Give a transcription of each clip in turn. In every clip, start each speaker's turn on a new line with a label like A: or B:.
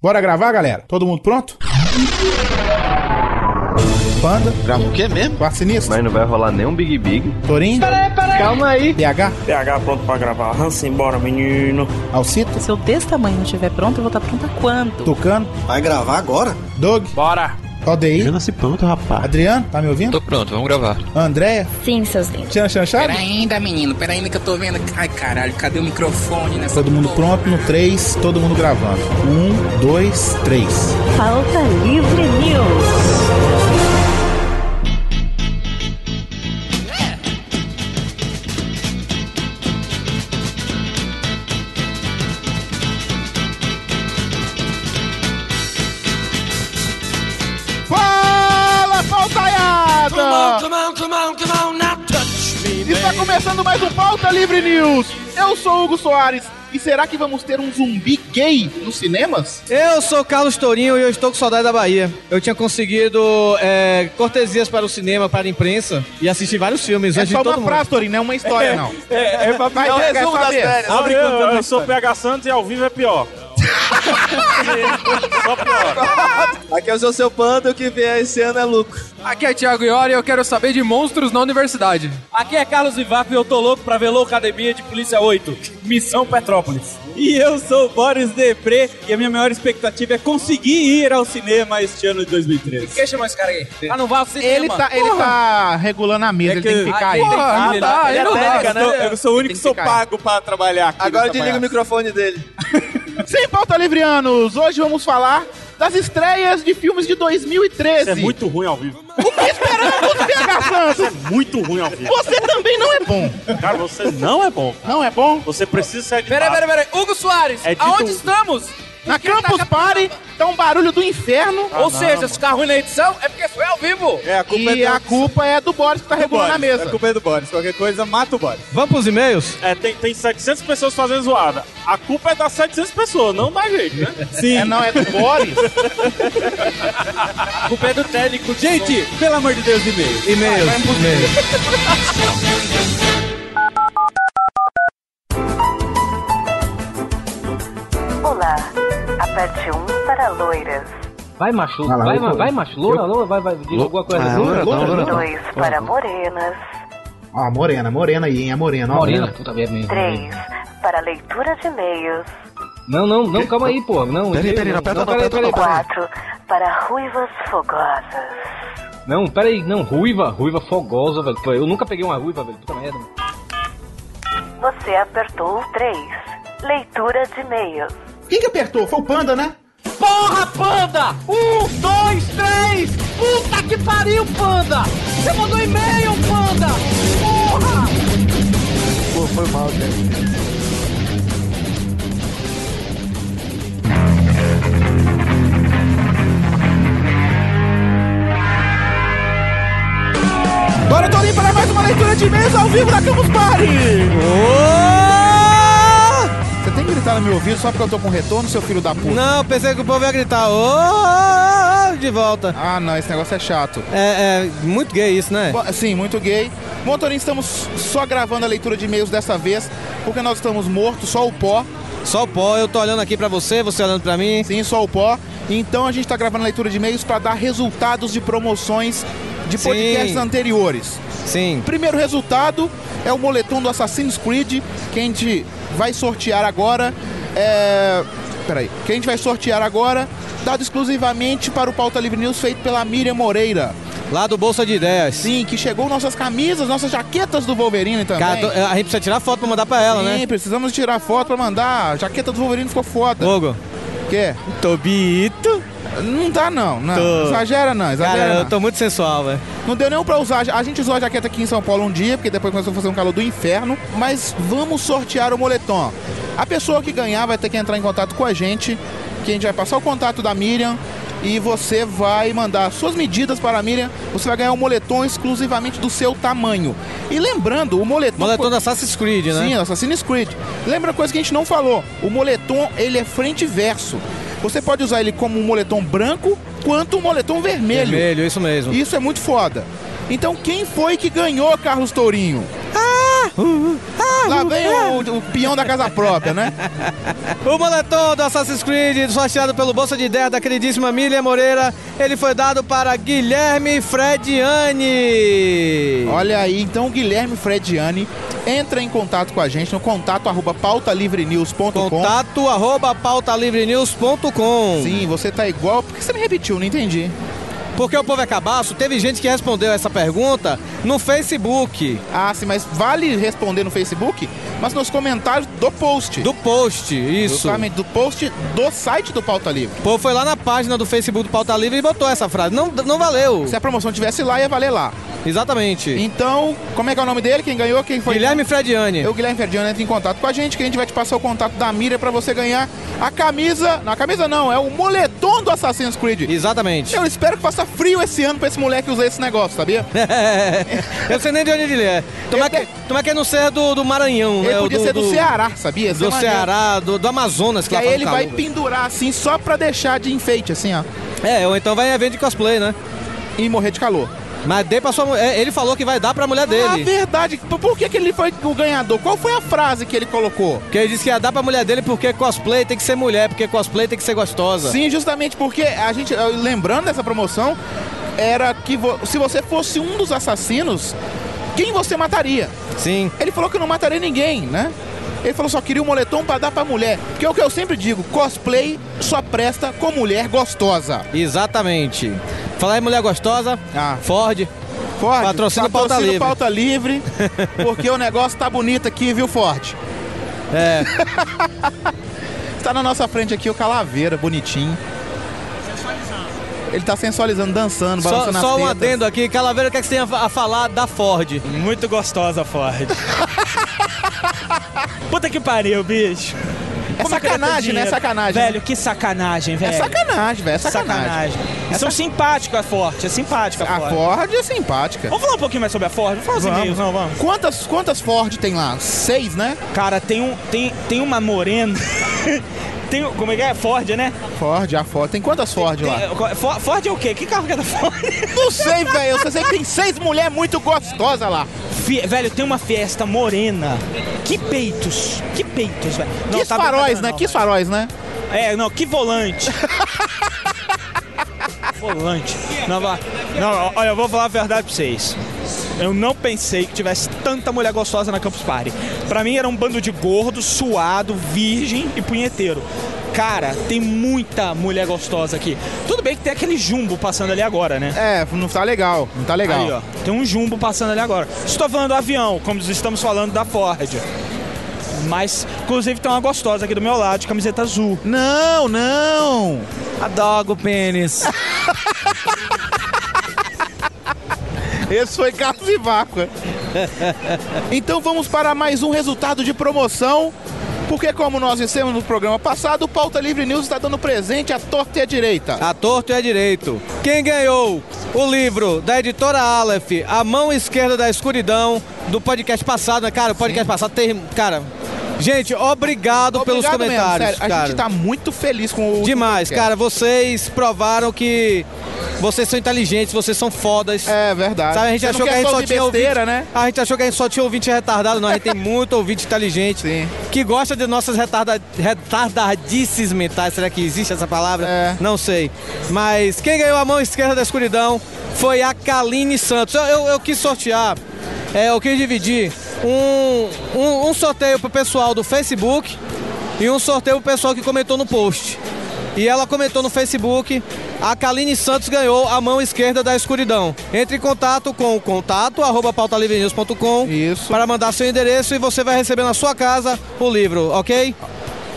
A: Bora gravar, galera? Todo mundo pronto? Panda,
B: Grava o quê mesmo?
A: Quarto Sinistro,
C: Mas não vai rolar nem um Big Big.
A: Torinho,
C: Calma aí.
A: DH,
D: PH pronto pra gravar. Hansen, bora, menino.
A: Alcita,
E: Se eu desse tamanho não estiver pronto, eu vou estar pronta quando?
A: Tucano,
F: Vai gravar agora?
A: Doug,
B: Bora!
A: ODI,
G: Já nasci pronto, rapaz.
A: Adriano, tá me ouvindo?
H: Tô pronto, vamos gravar.
A: Andréia,
I: Sim, seus lindos.
A: Tchan Chan Chave?
J: Pera ainda, menino, pera ainda que eu tô vendo. Ai, caralho, cadê o microfone nessa
A: Todo mundo
J: porra?
A: pronto no 3, todo mundo gravando. 1, 2, 3.
I: Falta Livre News.
A: Fala, pautaiada! Está começando mais um Pauta Livre News. Eu sou o Hugo Soares. E será que vamos ter um zumbi gay nos cinemas?
K: Eu sou o Carlos Tourinho e eu estou com saudade da Bahia. Eu tinha conseguido é, cortesias para o cinema, para a imprensa e assisti vários filmes
A: É
K: antes
A: só
K: de todo
A: uma
K: mundo.
A: frase, Torinho, não é uma história, não.
D: É, é pra
A: Vai,
F: um
A: um
D: é
A: pega essa vez.
D: Abre eu, eu, sou PH Santos e ao vivo é pior. Só pior.
F: Aqui é o seu, seu panda, o que vier esse ano é lucro.
H: Aqui é Thiago Iori e eu quero saber de monstros na universidade.
D: Aqui é Carlos Vivaco e eu tô louco pra ver Loucademia de Polícia 8, Missão Petrópolis. E eu sou o Boris Depré e a minha maior expectativa é conseguir ir ao cinema este ano de 2013.
H: Quem chamou esse cara aí? Ah, não vai ao cinema.
A: Ele tá, ele tá regulando a mesa,
D: É
A: ele tem que
D: que-
A: ficar aí.
H: Porra, ah, tá,
K: é
H: ele não vai.
D: Eu,
K: né?
D: sou- eu sou o único que sou
A: ficar aí.
D: pago pra trabalhar aqui.
F: Agora
D: nessa
F: desliga o microfone dele.
A: Sem pauta livrianos, hoje vamos falar das estreias de filmes de 2013.
D: Isso é muito ruim ao vivo. é
A: O que esperamos, PH Santos?
D: Muito ruim ao vivo.
A: é Você também não é bom.
D: Cara, você não é bom.
A: Não é bom?
D: Você precisa ser
H: Peraí,
D: editado.
H: peraí, peraí. Hugo Soares,
D: É dito-
H: aonde estamos?
A: Na Campus Party tá um barulho do inferno
H: Ou seja, se ficar ruim na edição, é porque foi ao vivo.
F: Ah, É, a culpa
A: e
F: é do,
A: a culpa é do Boris que tá
F: do
A: regulando
F: Boris.
A: a
F: A
A: mesa.
F: culpa é do Boris. Qualquer coisa, mata o Boris.
K: Vamos para os e-mails?
D: É, tem, tem 700 pessoas fazendo zoada. A culpa é das 700 pessoas, não da gente, né?
F: Sim.
A: É, não, é do Boris.
H: A culpa é do técnico.
F: Gente, pelo amor de Deus, e-mail.
K: E-mails. e-mails.
I: Olá, aperte 1 para loiras,
H: Vai, macho. Vai, vai, vai, macho. Loura, loura, vai, vai. Diga alguma coisa.
G: Ah, loura,
H: Loura, loura,
G: loura, loura.
I: 2 para morenas,
A: Ó, Ah, morena, morena aí, hein? É morena, ó.
H: Morena, puta merda. mesmo.
I: 3 para leitura de e-mails,
H: Não, não, não, calma aí, pô. Não,
G: Peraí, peraí, não, aperta não, aperta não, aperta
I: 4 para ruivas fogosas,
H: Não, peraí, não, ruiva, ruiva fogosa, velho. Pô, Eu nunca peguei uma ruiva, velho. Puta merda.
I: você apertou o 3. Leitura de e-mails.
A: Quem que apertou? Foi o Panda, né?
H: Porra, panda! Um, dois, três! Puta que pariu, panda! Você mandou e-mail, panda! Porra!
F: Pô, foi mal, cara.
A: Bora, Torinho, para mais uma leitura de e-mails ao vivo da Campus Party! Você tem que gritar no meu ouvido só porque eu tô com retorno, seu filho da puta.
K: Não, pensei que o povo ia gritar. "Ô!" de volta.
A: Ah, não, esse negócio é chato.
K: É, é muito gay isso, né?
A: Bo- Sim, muito gay. Bom, Torinho, estamos só gravando a leitura de e-mails dessa vez, porque nós estamos mortos, só o pó.
K: Só o pó, eu tô olhando aqui pra você, você olhando pra mim.
A: Sim, só o pó. Então a gente tá gravando a leitura de e-mails para dar resultados de promoções de
K: Sim.
A: podcasts anteriores.
K: Sim.
A: Primeiro resultado é o moletom do Assassin's Creed, que a gente vai sortear agora. É... Peraí, que a gente vai sortear agora, dado exclusivamente para o Pauta Livre News, feito pela Miriam Moreira.
K: Lá do Bolsa de Ideias.
A: Sim, que chegou nossas camisas, nossas jaquetas do Wolverine também.
K: Cara, tô- a gente precisa tirar foto pra mandar pra ela,
A: Sim,
K: né?
A: precisamos tirar foto pra mandar. A jaqueta do Wolverine ficou foda.
K: Logo.
A: O quê?
K: Tobito.
A: Não dá não, não.
K: Tô.
A: Exagera não, exagera
K: Cara, eu
A: não.
K: tô muito sensual, velho.
A: Não deu nem pra usar. A gente usou a jaqueta aqui em São Paulo um dia, porque depois começou a fazer um calor do inferno. Mas vamos sortear o moletom. A pessoa que ganhar vai ter que entrar em contato com a gente, que a gente vai passar o contato da Miriam. E você vai mandar suas medidas para a Miriam. Você vai ganhar um moletom exclusivamente do seu tamanho. E lembrando, o moletom.
K: Moletom da Assassin's Creed, né?
A: Sim, é Assassin's Creed. Lembra uma coisa que a gente não falou? O moletom, ele é frente e verso. Você pode usar ele como um moletom branco, quanto um moletom vermelho.
K: Vermelho, isso mesmo.
A: Isso é muito foda. Então quem foi que ganhou, Carlos Tourinho? Lá vem o, o peão da casa própria, né?
K: O moletom do Assassin's Creed, sorteado pelo Bolsa de Ideia da queridíssima Miriam Moreira, ele foi dado para Guilherme Frediani.
A: Olha aí, então o Guilherme Frediani entra em contato com a gente no contato arroba pautalivrenews.com.
K: Contato arroba pautalivrenews.com.
A: Sim, você tá igual. Por que você me repetiu? Não entendi.
K: Porque o povo é cabaço, teve gente que respondeu essa pergunta no Facebook.
A: Ah, sim, mas vale responder no Facebook, mas nos comentários do post.
K: Do post, isso.
A: Justamente, do post do site do Pauta Livre.
K: O povo foi lá na página do Facebook do Pauta Livre e botou essa frase. Não, não valeu.
A: Se a promoção tivesse lá, ia valer lá.
K: Exatamente.
A: Então, como é que é o nome dele? Quem ganhou? Quem foi?
K: Guilherme Frediani.
A: Eu, Guilherme Ferdiano, entra em contato com a gente, que a gente vai te passar o contato da Mira pra você ganhar a camisa. Não, a camisa não, é o moletom do Assassin's Creed.
K: Exatamente.
A: Eu espero que faça frio esse ano pra esse moleque usar esse negócio, sabia?
K: Eu sei nem de onde ele é. Tomar que, tomar que é no ser do, do Maranhão, né?
A: Ele podia
K: do,
A: ser do,
K: do-
A: Ceará, sabia? Ser
K: Do
A: maneiro.
K: Ceará, do, do Amazonas, que,
A: Que
K: lá
A: aí
K: faz
A: ele
K: um
A: vai
K: calor.
A: pendurar assim só pra deixar de enfeite, assim, ó.
K: É, ou então vai em evento de cosplay, né?
A: E morrer de calor.
K: Mas dê pra sua mulher. Ele falou que vai dar pra mulher
A: A
K: dele.
A: verdade, por por que, que ele foi o ganhador? Qual foi a frase que ele colocou?
K: Porque ele disse que ia dar pra mulher dele porque cosplay tem que ser mulher, porque cosplay tem que ser gostosa.
A: Sim, justamente porque a gente, eh, lembrando dessa promoção, era que vo- se você fosse um dos assassinos, quem você mataria?
K: Sim.
A: Ele falou que não mataria ninguém, né? Ele falou só queria um moletom pra dar pra mulher. Que é o que eu sempre digo, cosplay só presta com mulher gostosa.
K: Exatamente. Falar em mulher gostosa,
A: Ah.
K: Ford.
A: Ford, tá
K: Patrocina o Pauta Livre.
A: pauta livre, porque o negócio tá bonito aqui, viu, Ford?
K: É.
A: Tá na nossa frente aqui o Calaveira, bonitinho. Ele tá sensualizando, dançando,
K: Só,
A: balançando
K: só
A: as
K: um
A: tetas.
K: adendo aqui, Calaveira, o que, é que você tem a, fa- a falar da Ford?
L: Muito gostosa, Ford. Puta que pariu, bicho.
A: É
L: Como eu queria ter
A: sacanagem, né?
L: dinheiro.
A: Sacanagem.
L: Velho, que sacanagem, velho.
A: É sacanagem, velho. É sacanagem.
L: Sacanagem. Eles são simpáticos, a Ford. É simpática a
A: A
L: Ford.
A: Ford é simpática.
L: Vamos falar um pouquinho mais sobre a Ford? Vamos falar os
A: Vamos.
L: e-mails, não, vamos.
A: Quantas, quantas Ford tem lá? Seis, né?
L: Cara, tem, um, tem, tem uma morena... tem, um- como é que é? Ford, né?
A: Ford, a Ford. Tem quantas Ford lá?
L: Tem- qual- Fo- Ford é o quê? Que carro que é da Ford?
A: Não sei, velho. Eu só sei que tem seis mulheres muito gostosas lá.
L: Fie- velho, tem uma fiesta morena. Que peitos. Que peitos, velho. Não,
A: que
L: tá
A: faróis,
L: brincando,
A: né?
L: não,
A: Que
L: velho.
A: faróis, né?
L: É, não, que volante. volante. Não, vai. Não, olha, eu vou falar a verdade pra vocês. Eu não pensei que tivesse tanta mulher gostosa na Campus Party. Pra mim era um bando de gordo, suado, virgem e punheteiro. Cara, tem muita mulher gostosa aqui. Tudo bem que tem aquele jumbo passando ali agora, né?
A: É, não tá legal. Não tá legal.
L: Aí, ó. Tem um jumbo passando ali agora. Estou falando do avião, como estamos falando da Ford. Mas, inclusive, tem uma gostosa aqui do meu lado, de camiseta azul.
A: Não, não.
K: Adogo pênis.
A: Esse foi Carlos e Vaca. então vamos para mais um resultado de promoção. Porque, como nós dissemos no programa passado, o Pauta Livre News está dando presente à torta e à direita.
K: A torto é direito. Quem ganhou o livro da editora Aleph, A Mão Esquerda da Escuridão, do podcast passado, né? Cara, o podcast passado tem. Cara. Gente, obrigado, pelos
A: Obrigado mesmo,
K: comentários.
A: sério.
K: cara.
A: A gente tá muito feliz com o último
K: Demais,
A: podcast.
K: cara. Vocês provaram que vocês são inteligentes, vocês são fodas.
A: É verdade.
K: Sabe, a gente
A: Você não
K: achou que
A: quer
K: a gente só
A: ouvir
K: tinha
A: besteira,
K: ouvinte,
A: né?
K: A gente achou que a gente só tinha ouvinte retardado, não. A gente tem muito ouvinte inteligente
A: Sim.
K: que gosta de nossas retarda, retardadices mentais. Será que existe essa palavra?
A: É.
K: Não sei. Mas quem ganhou a mão esquerda da escuridão foi a Kaline Santos. Eu, eu, eu quis sortear, é, eu quis dividir um, um, um sorteio pro pessoal do Facebook e um sorteio pro pessoal que comentou no post. E ela comentou no Facebook, a Kaline Santos ganhou a mão esquerda da escuridão. Entre em contato com o contato, arroba pautalivrenews.com
A: Isso.
K: para mandar seu endereço e você vai receber na sua casa o livro, ok?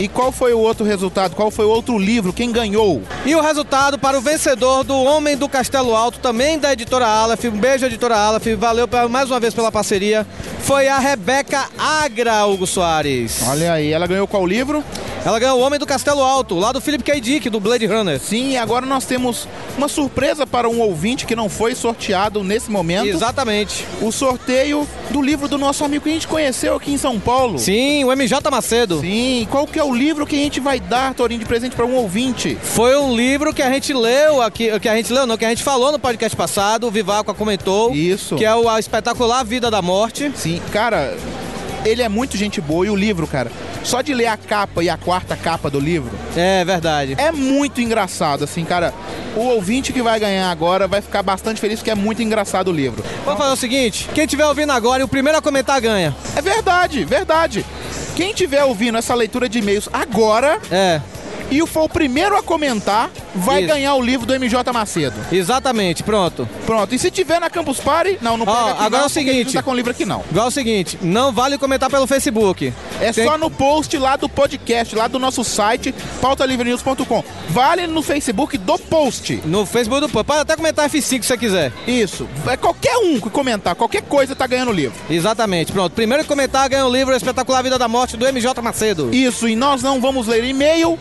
A: E qual foi o outro resultado? Qual foi o outro livro? Quem ganhou?
K: E o resultado para o vencedor do Homem do Castelo Alto, também da editora Aleph, um beijo, editora Aleph, valeu pra- mais uma vez pela parceria, foi a Rebeca Agra, Hugo Soares.
A: Olha aí, ela ganhou qual livro?
K: Ela ganhou o Homem do Castelo Alto, lá do Philip K. Dick, do Blade Runner.
A: Sim, e agora nós temos uma surpresa para um ouvinte que não foi sorteado nesse momento.
K: Exatamente.
A: O sorteio do livro do nosso amigo que a gente conheceu aqui em São Paulo.
K: Sim, o MJ Macedo.
A: Sim, qual que é o livro que a gente vai dar, Torinho, de presente para um ouvinte?
K: Foi um livro que a gente leu aqui, que a gente leu, não, que a gente falou no podcast passado, o Vivaco comentou.
A: Isso.
K: Que é o A Espetacular Vida da Morte.
A: Sim, cara, Ele é muito gente boa e o livro, cara, só de ler a capa e a quarta capa do livro.
K: É verdade.
A: É muito engraçado, assim, cara. O ouvinte que vai ganhar agora vai ficar bastante feliz porque é muito engraçado o livro.
K: Vamos fazer o seguinte: quem estiver ouvindo agora e o primeiro a comentar ganha.
A: É verdade, verdade. Quem estiver ouvindo essa leitura de e-mails agora.
K: É.
A: E for o primeiro a comentar, vai
K: Isso.
A: ganhar o livro do MJ Macedo.
K: Exatamente, pronto.
A: Pronto. E se tiver na Campus Party, não, não pega aqui
K: agora
A: não,
K: é o
A: porque ele
K: seguinte.
A: não tá com livro aqui não.
K: Igual é o seguinte, não vale comentar pelo Facebook.
A: É
K: Tem-
A: só no post lá do podcast, lá do nosso site, pautalivrenews.com. Vale no Facebook do post.
K: No Facebook do Pan. Pode até comentar F5 se você quiser.
A: Isso. É qualquer um que comentar, qualquer coisa tá ganhando o livro.
K: Exatamente, pronto. Primeiro que comentar ganha o livro Espetacular Vida da Morte do MJ Macedo.
A: Isso, e nós não vamos ler e-mail,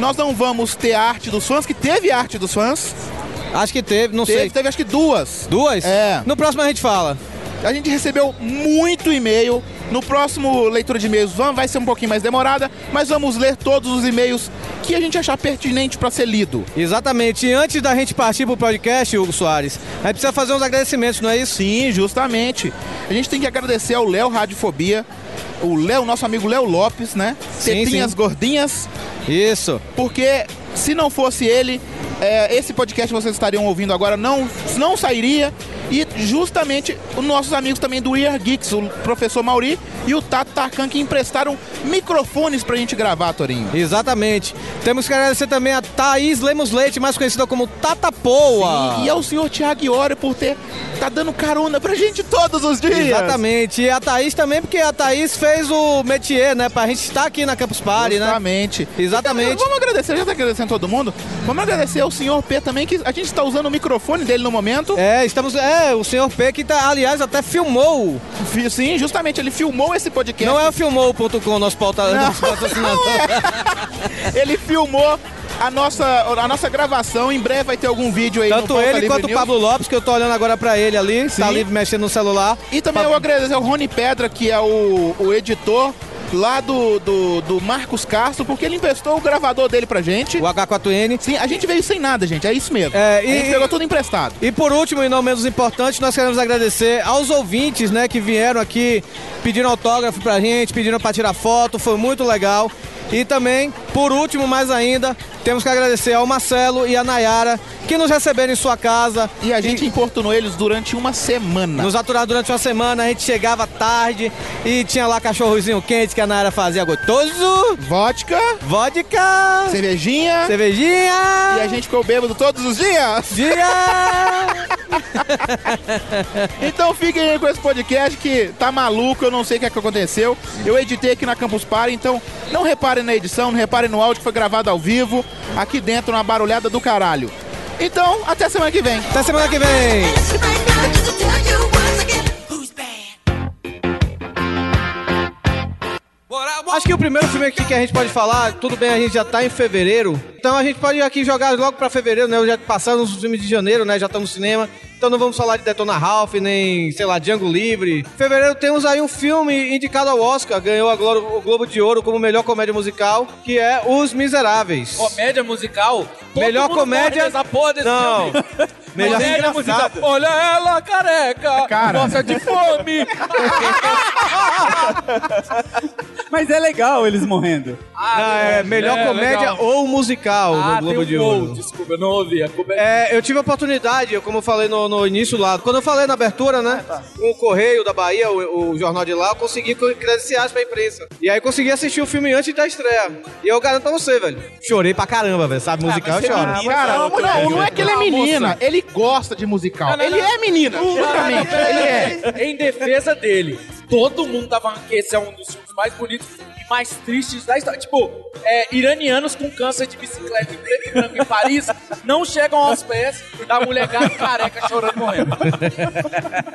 A: nós não vamos ter a arte dos fãs, que teve arte dos fãs.
K: Acho que teve, não
A: teve,
K: sei.
A: teve acho que duas.
K: Duas?
A: É.
K: No próximo a gente fala.
A: A gente recebeu muito e-mail. No próximo leitura de e-mails van- vai ser um pouquinho mais demorada, mas vamos ler todos os e-mails que a gente achar pertinente para ser lido.
K: Exatamente. E antes da gente partir pro podcast, Hugo Soares, a gente precisa fazer uns agradecimentos, não é isso?
A: Sim, justamente. A gente tem que agradecer ao Léo Radiofobia, o Léo, nosso amigo Léo Lopes, né?
K: Sim,
A: Tetinhas
K: sim.
A: gordinhas,
K: Isso.
A: porque se não fosse ele, é, esse podcast que vocês estariam ouvindo agora não, não sairia. E justamente os nossos amigos também do Ear Geeks, o professor Mauri e o Tato Tarkan, que emprestaram microfones pra gente gravar, Torinho.
K: Exatamente. Temos que agradecer também a Thaís Lemos Leite, mais conhecida como Tata Poa.
A: E ao senhor Tiago Iori por ter tá dando carona pra gente todos os dias.
K: Exatamente. E a Thaís também, porque a Thaís fez o métier, né? Pra gente estar aqui na Campus Party, né?
A: Exatamente.
K: Exatamente.
A: Vamos agradecer, já tá agradecendo todo mundo? Vamos agradecer ao senhor P também, que a gente está usando o microfone dele no momento.
K: É, estamos. É, o senhor P que tá, aliás, até filmou.
A: Fi- Sim, justamente, ele filmou esse podcast.
K: Não é o filmou.com, nosso pauta.
A: Não.
K: nosso patrocinador.
A: Ele filmou a nossa, a nossa gravação. Em breve vai ter algum vídeo aí no
K: Tanto
A: Pauta
K: ele
A: Livre
K: quanto o
A: News.
K: Pablo Lopes, que eu tô olhando agora pra ele ali, tá ali mexendo no celular.
A: E também eu agradecer ao Rony Pedra, que é o, o editor lá do, do, do Marcos Castro, porque ele emprestou o gravador dele pra gente.
K: O H4N.
A: Sim, a gente veio sem nada, gente. É isso mesmo.
K: É,
A: a gente
K: e-
A: pegou tudo emprestado.
K: E por último, e não menos importante, nós queremos agradecer aos ouvintes, né, que vieram aqui, pediram autógrafo pra gente, pediram pra tirar foto, foi muito legal. E também, por último, mais ainda, temos que agradecer ao Marcelo e à Nayara, que nos receberam em sua casa,
A: E a gente importunou eles durante uma semana.
K: nos aturaram durante uma semana, a gente chegava tarde e tinha lá cachorrozinho quente que a Nayara fazia gostoso,
A: Vodka,
K: vodka,
A: cervejinha.
K: cervejinha,
A: E a gente ficou bêbado todos os dias.
K: dia.
A: Então fiquem aí com esse podcast que tá maluco, eu não sei o que, é que aconteceu. Eu editei aqui na Campus Party, então não reparem na edição, não reparem no áudio que foi gravado ao vivo, aqui dentro, na barulhada do caralho. Então, até semana que vem.
K: Até semana que vem. Acho que o primeiro filme aqui que a gente pode falar, tudo bem, a gente já tá em fevereiro. Então a gente pode aqui jogar logo pra fevereiro, né? Já passamos os filmes de janeiro, né? Já estamos no cinema. Então não vamos falar de Detona Ralph, nem, sei lá, Django Livre. Fevereiro temos aí um filme indicado ao Oscar, ganhou a Glo- o Globo de Ouro como melhor comédia musical, que é Os Miseráveis.
D: Comédia musical? é Todo
K: Melhor
D: mundo
K: comédia-
D: pode essa porra desse
K: Não.
D: filme.
K: Melhor
D: Comédia
K: engraçado.
D: musical. Olha ela, careca.
A: Cara.
D: Nossa, de fome.
F: Mas é legal eles morrendo.
K: Não, é melhor
D: É,
K: comédia
D: Ah, legal.
K: ou musical
D: Ah,
K: no Globo
D: tem
K: de
D: um
K: Ouro.
D: gol. Desculpa, eu não ouvi. A culpa é...
K: É, eu tive a oportunidade, como eu falei no, no início lá, quando eu falei na abertura, né? O Correio da Bahia, o, o jornal de lá, eu consegui co- credenciais pra imprensa. E aí consegui assistir o filme antes da estreia. E eu garanto pra você, velho. Chorei pra caramba, velho.
D: Ah,
K: Sabe, musical eu choro.
A: Cara, não, não, é que ele é
D: Não,
A: menina, ele gosta de musical.
D: Não, não,
A: ele
D: não.
A: é menina, justamente, ele é.
D: Em defesa dele, todo mundo tava falando que esse é um dos filmes mais bonitos e mais tristes da história. Tipo, é, iranianos com câncer de bicicleta em preto e branco em Paris não chegam aos pés da mulher gata careca chorando morrendo.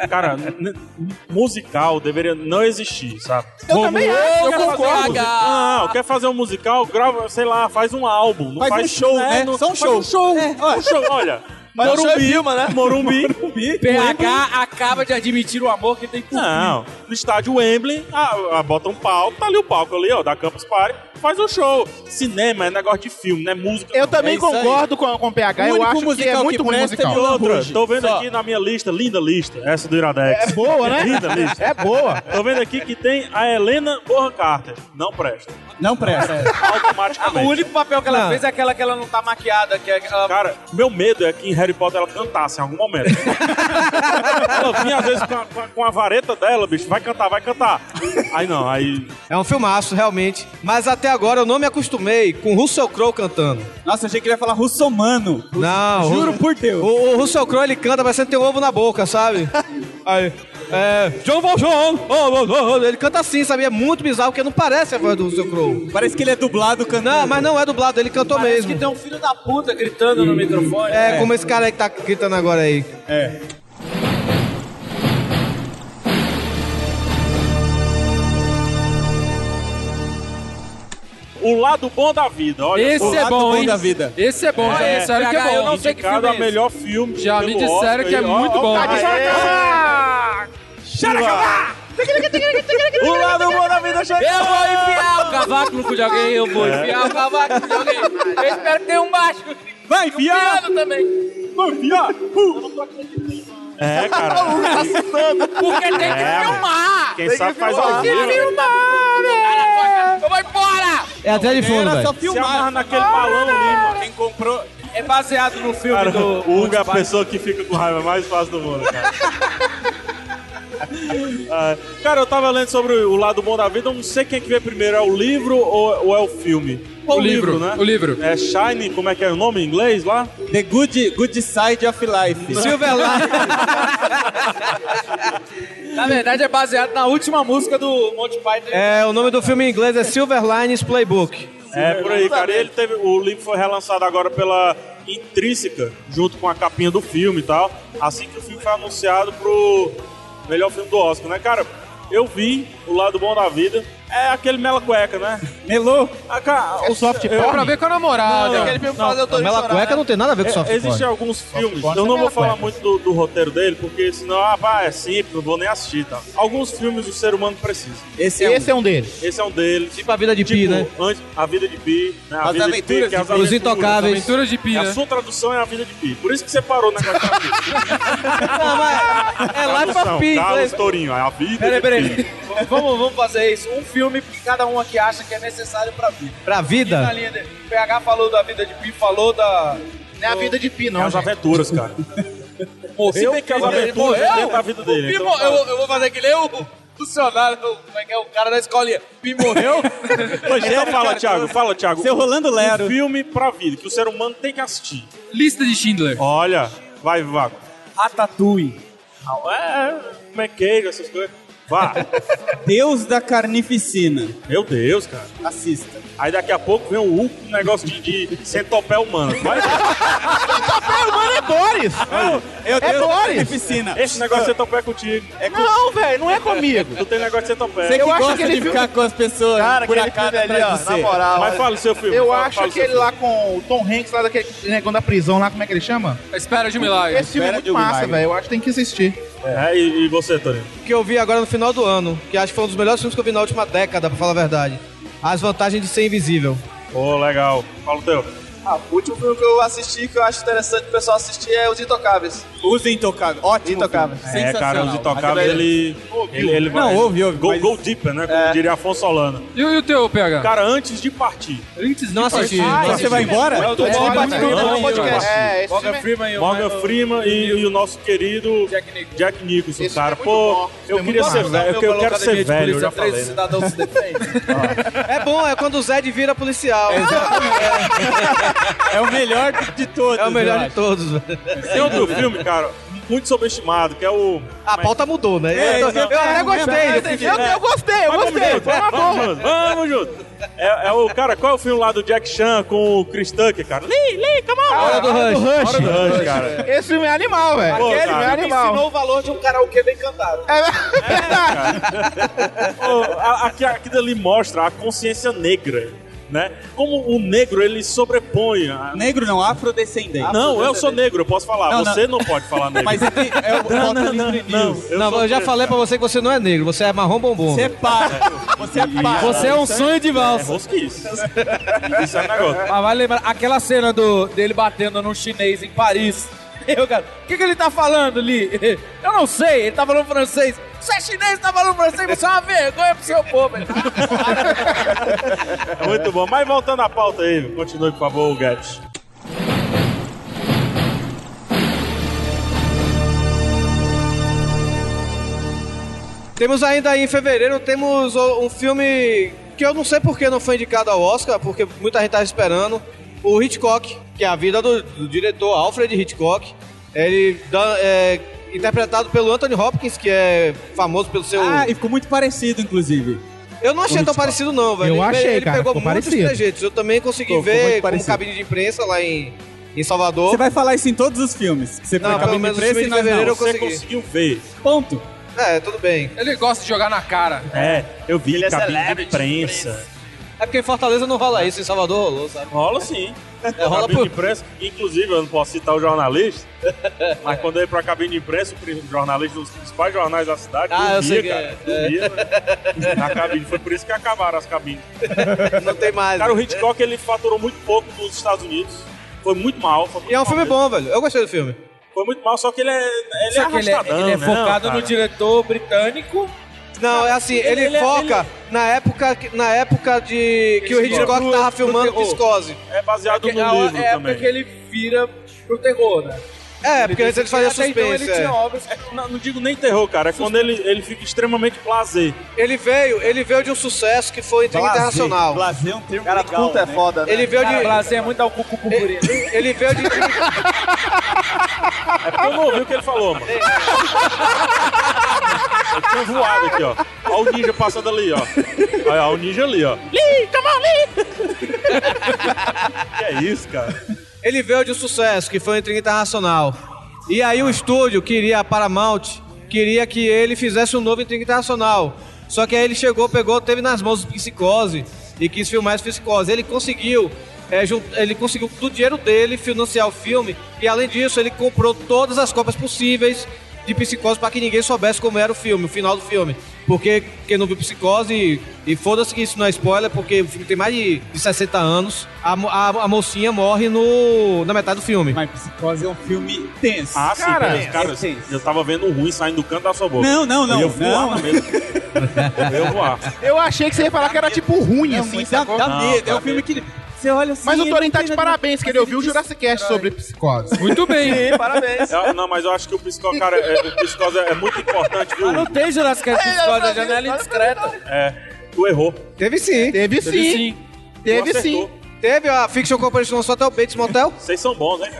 L: Cara, n- n- musical deveria não existir, sabe?
A: Eu também acho, eu
L: quer fazer
A: concordo.
L: um musical- Não, não, quer fazer um musical, grava, sei lá, faz um álbum. Não faz, né? Não-
F: Só um show.
L: faz um show, olha.
F: Mas o show é
L: Morumbi,
F: Vilma, né?
L: Morumbi.
D: PH acaba de admitir o amor que tem por mim.
L: Não, no estádio Wembley, ah, ah, bota um palco, tá ali o palco ali, ó, da Campus Party. faz um show. Cinema é negócio de filme, não é música.
A: Eu
L: não.
A: também
L: É isso aí.
A: concordo com, com o PH, eu acho que é muito ruim musical.
L: E outra, tô vendo aqui na minha lista, linda lista, essa do Iradex.
A: É boa, né?
L: linda lista.
A: É boa.
L: Tô vendo aqui que tem a Helena Borra Carter. Não presta.
F: Não presta.
L: Automaticamente.
D: O único papel que ela
L: Não.
D: fez é aquela que ela não tá maquiada, que é aquela...
L: Cara, meu medo é que em Harry Potter ela cantasse em algum momento. ela vinha às vezes com a, com a- com a vareta dela, bicho, vai cantar, vai cantar. Aí não, aí.
K: É um filmaço, realmente. Mas até agora eu não me acostumei com Russell Crowe cantando.
F: Nossa, achei que ele ia falar russomano.
K: Não.
F: Juro por Deus.
K: O, o Russell Crowe, ele canta parecendo ter um ovo na boca, sabe? Aí... É, John Valjean, oh, oh, oh, ele canta assim, sabe? É muito bizarro, porque não parece a voz do Russell Crowe.
F: Parece que ele é dublado cantando.
K: Não, mas não é dublado, ele cantou
D: Parece
K: mesmo.
D: que tem um filho da puta gritando no microfone.
K: É, como esse cara aí que tá gritando agora aí.
F: É.
L: O lado bom da vida, olha.
M: Esse
L: o
M: é
L: lado
M: bom, hein?
L: da vida.
M: Esse é bom,
L: É,
M: esse olha que é
L: PH,
M: bom.
L: eu não sei que filme
M: Indicado
L: é
M: a
L: esse.
M: melhor
L: filme.
M: Já me
L: pelo
M: disseram
L: Oscar
M: que é
L: aí, ó,
M: muito
L: ó,
M: bom.
L: tá de
M: O lado bom da vida chegou! Eu vou enfiar o cavaco no cu de alguém, eu vou
H: É.
M: enfiar o cavaco no cu de alguém. Eu espero que tenha um baixo.
L: Vai
M: enfiar! também.
L: Vai enfiar! É, cara.
M: Porque tem que
L: É,
M: filmar!
L: quem sabe faz
M: Tem
L: ao
M: que
L: vivo.
M: filmar, velho! Eu vou embora!
K: É até de fundo,
M: Era só
K: velho.
M: filmar.
L: Se amarra naquele balão ali, mano.
D: Quem comprou... É baseado no filme
L: Cara,
D: do...
L: o Hugo é a pessoa que fica com raiva mais fácil do mundo, cara. Ah, cara, eu tava lendo sobre o lado bom da vida, eu não sei quem é que vê primeiro, é o livro ou, ou é o filme?
M: O livro, o livro.
L: É Shine, como é que é o nome em inglês lá?
F: The Good, good Side of Life.
K: Silver Life.
D: Na verdade, é baseado na última música do Monty Python.
K: É, o nome do filme em inglês é Silver Linings Playbook.
L: É, por aí, cara. E ele teve, o livro foi relançado agora pela Intrínseca, junto com a capinha do filme e tal. Assim que o filme foi anunciado pro melhor filme do Oscar, né, cara? Eu vi o lado bom da vida. É aquele mela cueca, né?
F: Melô?
L: Ah, cara,
K: É soft
L: eu-
K: porn? Pra ver com a namorada.
L: Não,
K: Aquele filme que faz eu tô de
L: mela
D: é
K: chorar. Cueca não tem nada a ver com soft porn.
L: Existem alguns filmes.
K: porn
L: Eu não
K: é
L: vou
K: mela
L: falar
K: cueca.
L: muito do, do roteiro dele, porque senão, ah, pá, é simples, não vou nem assistir, tá? Alguns filmes o ser humano precisa.
A: Esse é, um. deles.
L: Esse é um deles.
K: Tipo a vida de Pi, né?
L: antes- a vida de Pi, né? A
K: As
L: vida
K: Aventuras
L: de Pi, que é
K: de
L: as
K: Pi. Os Intocáveis.
L: As
K: Aventuras de Pi,
L: A
K: né?
L: sua tradução é a vida de Pi. Por isso que você parou né, o negócio da Pi.
K: É Life
L: Tradução,
K: of Pi.
L: Carlos
K: inglês.
L: Tourinho, é a vida
D: Peraí,
L: de Pi.
D: peraí. vamos, vamos fazer isso. Um filme que cada um aqui acha que é necessário pra vida.
K: Pra
D: Aqui na
K: vida?
D: linha dele. O PH falou da vida de Pi, falou da...
A: Não é a vida de Pi,
L: É as aventuras, cara. né? Se bem que as aventuras
D: Morreu?
L: dentro da vida dele.
D: Pi
L: então-
D: mor- eu, eu vou fazer que nem o funcionário, o, como é que é? o cara da escolinha. Pi morreu?
L: Pois então fala, Thiago, fala, Thiago.
F: Seu Rolando Lero.
L: Um filme pra vida, que o ser humano tem que assistir.
M: Lista de Schindler.
L: Olha, vai, Vago.
F: Ratatouille.
L: Ah, É, é, como é queijo, essas coisas. Vá.
F: Deus da Carnificina.
L: Meu Deus, cara.
F: Assista.
L: Aí daqui a pouco vem o Hulk com um negócio de, de centopé humano. Vai,
A: Centopéia humana é Boris!
F: Eu
A: É
F: Deus da
A: Boris.
F: Carnificina.
L: Esse negócio de centopé é contigo.
F: É com...
A: Não, velho, não é comigo.
L: Tu tem negócio de centopé.
F: Você que
A: eu acho
F: gosta
A: aquele
F: de
A: filme-
F: ficar com as pessoas
A: Cara, aquele
F: buracada
A: filme ali, ó,
F: atrás de
A: na
F: você.
A: moral.
L: Mas
A: olha.
L: fala o seu filme.
A: Eu
L: fala-
A: acho
L: fala o seu
A: aquele
L: filme.
A: lá com o Tom Hanks, lá daquele negão da prisão lá, como é que ele chama?
M: A Espera de um milagre.
A: Esse filme é
F: Espera de
A: muito
F: um
A: massa,
F: milagre.
A: velho. Eu acho que tem que assistir.
L: É, e, e você, Torinho?
K: Que eu vi agora no final do ano, que acho que foi um dos melhores filmes que eu vi na última década, pra falar a verdade. As vantagens de ser invisível.
L: Ô, legal. Fala o teu.
C: Ah, o último filme que eu assisti que eu acho interessante o pessoal assistir é Os Intocáveis.
F: Os Intocáveis. Ótimo.
C: Intocáveis.
L: É, cara, os intocáveis, ele, ele, ele vai...
F: Não, ouve, ouve,
L: Go,
F: mas-
L: go deeper, né?
A: É.
L: Como diria Afonso Solano.
M: E, o- e o teu, Ah, PH?
L: Cara, antes de partir,
M: Antes de
K: Não
M: partir.
K: assisti. não
F: Aí você vai
M: é
F: embora?
L: Eu tô
D: é
F: Antes de
L: embora,
F: partir,
L: cara.
F: não,
L: Eu vou embora.
F: podcast.
A: É, esse
D: Morgan
A: filme
D: Freeman e o
L: Morgan
D: Michael-
L: Freeman e, e o nosso querido
D: Jack Nicholson.
L: Jack Nicholson,
A: Esse
L: cara.
A: filme é
L: Pô,
A: muito bom. Esse
L: eu
A: filme é
L: queria
A: muito
L: ser
A: bom.
L: velho, eu, eu quero ser velho, eu já
D: Três
L: falei. né?
D: cidadãos se defendem.
K: É bom, é quando o Zed vira policial.
F: É o melhor de todos.
K: É o
F: eu
K: melhor
F: acho.
K: de todos. velho.
L: Tem outro filme, cara, muito sobreestimado, que é o...
K: A pauta mudou, né?
F: É,
K: eu,
F: não,
K: eu até
F: não,
K: gostei.
A: Ah,
D: assim,
A: Eu,
D: é,
A: eu gostei, eu
L: Mas
A: gostei.
L: vamos junto, vamos junto, vamos junto. É, é o, cara, qual é o filme lá do Jack Chan com o Chris Tucker, cara? Lee, Lee, come on!
K: Hora do
A: Hora do
K: Rush.
A: Rush.
L: Hora do Rush, cara.
A: Esse filme é animal, velho.
L: Pô,
A: Aquele
L: cara.
A: filme é
L: Ele
A: animal. É
D: o valor de um karaokê bem cantado.
L: Pô, a- aqui, aquilo ali mostra a consciência negra né? Como o negro, ele sobrepõe... a-
F: Negro não, afrodescendente.
L: Não, eu sou negro, eu posso falar.
F: Não, não.
L: Você não pode falar negro.
F: Mas é que é o
K: Não, não,
F: voto
K: não,
F: livre
K: não.
F: news.
K: Não, eu já falei pra você que você não é negro, você é marrom bombom.
F: Você é pardo. Você é pardo.
K: Você é um sonho de valsa.
L: Isso é negócio.
D: Mas vai lembrar aquela cena do, dele batendo num chinês em Paris. Eu, cara, o que, que ele tá falando ali? Eu não sei, ele tá falando francês. Você é chinês, tá falando francês, você é uma vergonha pro seu povo. Ele tá-
L: É muito bom. Mas voltando à pauta aí, continue, por favor, Guedes.
K: Temos ainda aí em fevereiro, temos o- um filme que eu não sei por que não foi indicado ao Oscar, porque muita gente tava esperando. O Hitchcock, que é a vida do, do diretor Alfred Hitchcock. Ele dá- é interpretado pelo Anthony Hopkins, que é famoso pelo seu...
F: Ah, e ficou muito parecido, inclusive.
K: Eu não achei tão parecido não, velho.
F: Eu
K: Ele-
F: achei,
K: Ele
F: cara,
K: pegou
F: ficou
K: muitos
F: parecido.
K: trejeitos. Eu também consegui
F: Ficou- ficou muito
K: ver como
F: parecido.
K: cabine de imprensa lá em, em Salvador.
F: Você vai falar isso em todos os filmes. Você
K: Não,
F: foi
K: pelo
F: cabine
K: menos
F: de
K: o
F: preço
K: filme
F: e
K: de
F: nós não.
K: fevereiro eu consegui. Você
L: conseguiu ver.
F: Ponto.
K: É, tudo bem.
D: Ele gosta de jogar na cara.
L: É, eu vi
K: Ele é
L: cabine de
K: celebrity.
L: imprensa.
K: É porque em Fortaleza não rola isso, em Salvador rolou, sabe?
L: Rola sim.
K: É, rola
L: cabine
K: por-
L: de imprensa, inclusive, eu não posso citar o jornalista, mas quando eu ia pra cabine de imprensa, o pri- jornalista dos principais jornais da cidade,
K: Ah, eu sei
L: dormia,
K: que
L: cara.
K: é.
L: Dormia né, na cabine. Foi por isso que acabaram as cabines.
K: Não tem mais.
L: Cara, o Hitchcock, ele faturou muito pouco nos Estados Unidos. Foi muito mal. Foi muito
K: E é um
L: mal
K: filme
L: mesmo.
K: bom, velho. Eu gostei do filme.
L: Foi muito mal, só que ele é, ele é
D: Só que ele é,
L: arrastadão,
D: ele é
L: né,
D: focado
L: cara?
D: no diretor britânico.
K: Não, é assim, ele,
D: Ele- ele-
K: foca na época, que- na época de que o Hitchcock
D: Pro-
K: tava
D: pro
K: filmando
D: terror.
K: Psicose.
L: É baseado
D: É que- a- é a época que ele vira pro terror, né?
K: É, porque antes ele fazia
D: até então
K: suspense.
D: ele tinha
K: é.
D: obras.
L: Não, não digo nem terror, cara. É quando ele, ele fica extremamente prazer.
K: Ele veio, ele veio de um sucesso que foi intriga
L: Blasé.
K: internacional.
F: Blasé é um termo
K: Cara,
F: legal, puta é né? foda, né?
K: Ele veio de...
F: Cara,
D: blasé é muito dar o cu cu
K: ele, ele veio de... um
L: É porque eu não ouvi o que ele falou, mano.
D: É.
L: Eu tinha voado aqui, ó. Olha o ninja passando ali, ó. Olha o ninja ali, ó.
H: Lee, come on, Lee!
L: Que é isso, cara?
K: Ele veio de um sucesso, que foi uma intriga internacional. E aí o estúdio queria, a Paramount, queria que ele fizesse um novo intriga internacional. Só que aí ele chegou, pegou, teve nas mãos psicose e quis filmar esse psicose. Ele conseguiu, é, jun- ele conseguiu do dinheiro dele financiar o filme. E além disso, ele comprou todas as cópias possíveis de psicose para que ninguém soubesse como era o filme, o final do filme. Porque quem não viu psicose, e, e foda-se que isso não é spoiler, porque o filme tem mais de, de 60 anos, a, mo- a, a mocinha morre no, na metade do filme.
F: Mas psicose é um filme tenso.
L: Ah, sim,
F: Cara,
L: cara, cara,
F: é tenso.
L: eu tava vendo um ruim saindo do canto da sua boca.
F: Não, não, não,
L: Eu ia voar
F: não.
L: na mesa. Eu ia voar.
A: Eu achei que você ia falar que era tipo ruim, assim,
F: dá,
A: sacou?
F: dá
A: Não,
F: medo. É um
A: dá
F: filme que. Você olha assim.
A: Mas o
F: ele
A: Torin tá
F: tem
C: um
A: de
F: nada-
A: parabéns, que ele ouviu o Jurassic Cast sobre psicose. Muito
D: bem.
F: Sim, parabéns.
L: Eu- não, mas eu acho que o psicose, cara, é, o psicose é muito importante, viu?
D: Ah, Não tem Jurassic Park Discord, a janela indiscreta.
L: É, tu errou.
K: Teve sim.
A: Teve sim.
D: Teve sim.
A: Teve
L: Tu
A: sim.
L: acertou.
K: Teve a Fiction Corporation lançou até o Bates Motel.
L: Vocês são bons, né?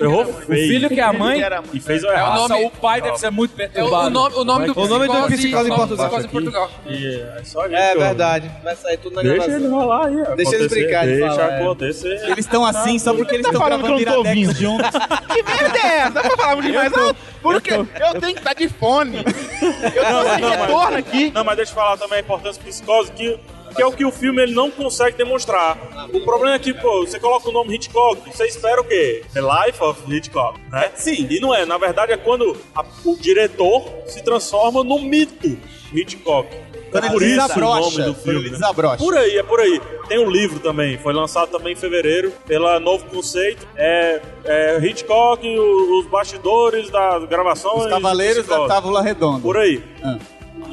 L: Errou feio.
D: O filho que é a mãe.
L: E fez
K: É
L: o errado.
D: Nossa,
M: nome-
D: o pai deve ser muito
M: É o,
D: perturbado.
M: o nome, o nome do
K: O nome do psicose em Portugal.
M: psicose em Portugal.
L: E é só isso.
K: É
L: que eu-
K: verdade. Vai sair tudo na
L: Deixa
K: gravação.
L: ele rolar aí.
K: Deixa eles
L: acontecer,
K: brincar de
L: Deixa
K: falar, é.
L: acontecer.
F: Eles estão assim só porque eles
A: tá
F: estão
A: falando
F: gravando
A: que eu não tô
F: Iradex juntos.
A: Que merda é essa? Dá pra falar demais? não? Porque eu, tenho que estar de fone. Eu
L: Não,
A: tô sem
L: não, mas-
A: retorno aqui.
L: Não, mas deixa eu falar também a importância do psicose, que, que é o que o filme ele não consegue demonstrar. O problema é que, pô, você coloca o nome Hitchcock, você espera o quê? The Life of Hitchcock, né? Sim. E não é. Na verdade, é quando a- o diretor se transforma no mito Hitchcock.
F: Quando
L: é
F: ele
L: por isso o
F: desabrocha,
L: nome do
F: quando
L: filme.
F: ele
L: né?
F: desabrocha.
L: Por aí, é por aí. Tem um livro também, foi lançado também em fevereiro, pela Novo Conceito. É, é Hitchcock, o- os bastidores da gravação.
F: Os Cavaleiros da Tábula Redonda.
L: Por aí.
F: Ah.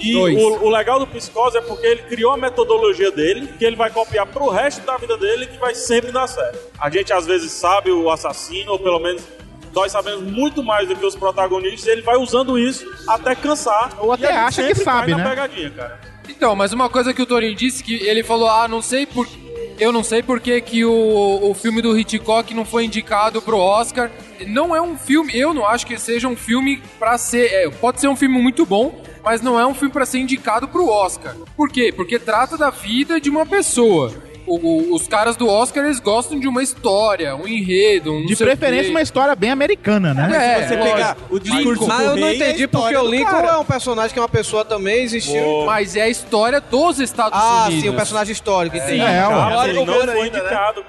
L: E
F: Dois.
L: o, o legal do Psicose é porque ele criou a metodologia dele, que ele vai copiar pro resto da vida dele, que vai sempre dar certo. A gente às vezes sabe o assassino, ou pelo menos nós sabemos muito mais do que os protagonistas, e ele vai usando isso até cansar.
A: Ou até
L: e a gente
A: acha que
L: sempre cai
A: sabe,
L: na
A: né?
L: pegadinha, cara.
M: Então, mas uma coisa que o Torin disse que ele falou: "Ah, não sei por eu não sei por que, que o, o filme do Hitchcock não foi indicado pro Oscar. Não é um filme, eu não acho que seja um filme pra ser, é, pode ser um filme muito bom, mas não é um filme pra ser indicado pro Oscar. Por quê? Porque trata da vida de uma pessoa. o- o- os caras do Oscar, eles gostam de uma história, um enredo, um
A: De preferência, uma história bem americana, né?
M: É, Se você pegar
A: o
M: discurso
K: Mas eu não
L: né?
K: entendi porque o Lincoln é um personagem que é uma pessoa também existiu.
M: Mas é a história dos Estados
K: ah,
M: Unidos.
K: sim, o personagem histórico. entendi.
L: Chaplin não foi
K: né?
L: indicado.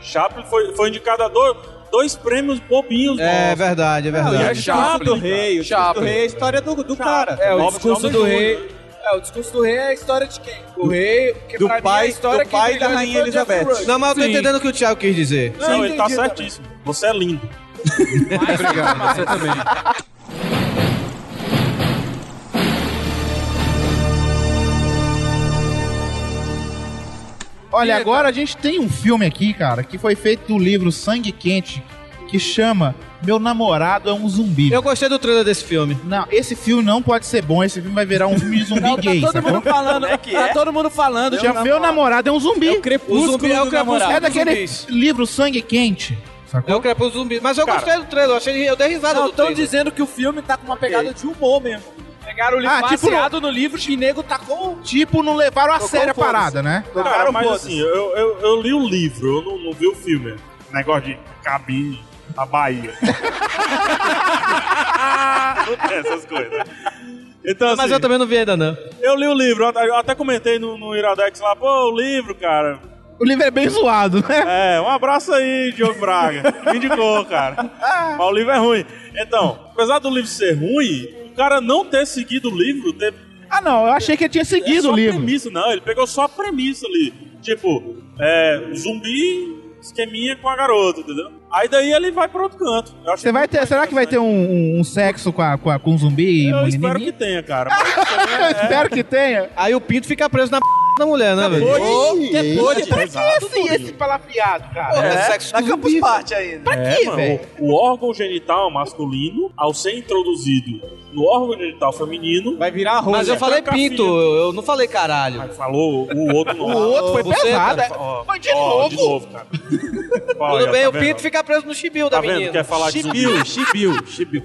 L: Chaplin foi, foi indicado a do- dois prêmios bobinhos.
K: É verdade, é verdade.
L: É Chaplin.
F: do rei, o discurso do
L: Chaplin.
F: rei é a história do, do cara.
L: É, o Robert discurso Downey do Jr. rei-
F: É, o discurso do rei é a história de quem? O rei, que
K: Do
F: pra mim é a
K: pai,
F: história
K: do
F: que
K: pai da
F: brilhou
K: rainha
F: foi o Jeff
K: Elizabeth.
F: Rush.
K: Não, mas eu tô entendendo o que o Thiago quis dizer.
L: Não,
F: Não,
L: ele tá
F: entendi também.
L: certíssimo. Você é lindo.
K: Obrigado,
L: você também.
K: é,
A: Olha,
K: tá.
A: agora a gente tem um filme aqui, cara, que foi feito do livro Sangue Quente, que chama Meu Namorado é um Zumbi.
K: Eu gostei do trailer desse filme.
A: Não, esse filme não pode ser bom, esse filme vai virar um filme de zumbi
K: Não, tá
A: gay,
K: todo
A: sacou?
K: mundo falando,
A: é
K: tá todo mundo falando.
A: Já meu namorado é um zumbi. É o
K: crepúsculo O zumbi é o do crepúsculo namorado.
A: É daquele
K: dos
A: livro Sangue Quente.
K: É o Crepúsculo Zumbi. Mas eu
A: Cara.
K: gostei do trailer, eu, achei, eu dei risada
A: Não,
K: do
A: tão
D: então né?
K: trailer.
F: dizendo que o filme tá com uma pegada de humor mesmo. Pegaram o livro
A: Ah, tipo
F: baseado no livro e nego tá com...
A: Tipo, não levaram a
F: Tocou
A: sério a
F: foda-se.
A: parada, né?
L: Cara, mas assim, eu, eu, eu li o livro, eu não, não vi o filme. Negócio de cabine na Bahia. não tem essas coisas. Então, assim,
K: Mas eu também não vi ainda, não.
L: eu li o livro, eu até- eu até comentei no, no Iradex lá, pô, o livro, cara.
A: O livro é bem zoado, né?
L: É, um abraço aí, Diogo Braga. Me indicou, cara. Mas o livro é ruim. Então, apesar do livro ser ruim, o cara não ter seguido o livro, ter
A: Ah, não, eu achei que ele tinha
L: é
A: seguido
L: só
A: o livro.
L: premissa, não. Ele pegou só a premissa ali. Tipo, é, zumbi, esqueminha com a garota, entendeu? Aí daí ele vai pra outro canto. Eu acho
A: Você vai ter, será que vai ter um, um- um sexo com, a, com, a- com um zumbi?
L: Eu
A: um
L: espero
A: neném?
L: que tenha, cara. Mas isso aí é-
A: Espero que tenha.
K: Aí o Pinto fica preso na p da mulher, né, velho?
A: Depois- depois-
L: pra que
A: esse, esse palafiado, cara?
K: É, sexo
F: na Campus Party ainda.
A: Pra
L: É,
A: quê,
L: mano,
A: velho?
L: o órgão genital masculino, ao ser introduzido no órgão genital feminino,
F: vai virar
L: rosa.
K: Mas eu falei pinto, eu eu não falei caralho.
L: falou o outro não.
K: O outro foi
L: Você,
K: pesado,
L: cara,
K: é.
L: ó,
K: Mas de
L: ó,
K: novo?
L: De novo, cara. Olha,
K: Tudo bem,
L: tá
K: o
L: vendo?
K: Pinto fica preso no chibiu
L: Tá
K: da
L: vendo?
K: menina.
L: Quer falar de zumbi? Chibiu, chibiu.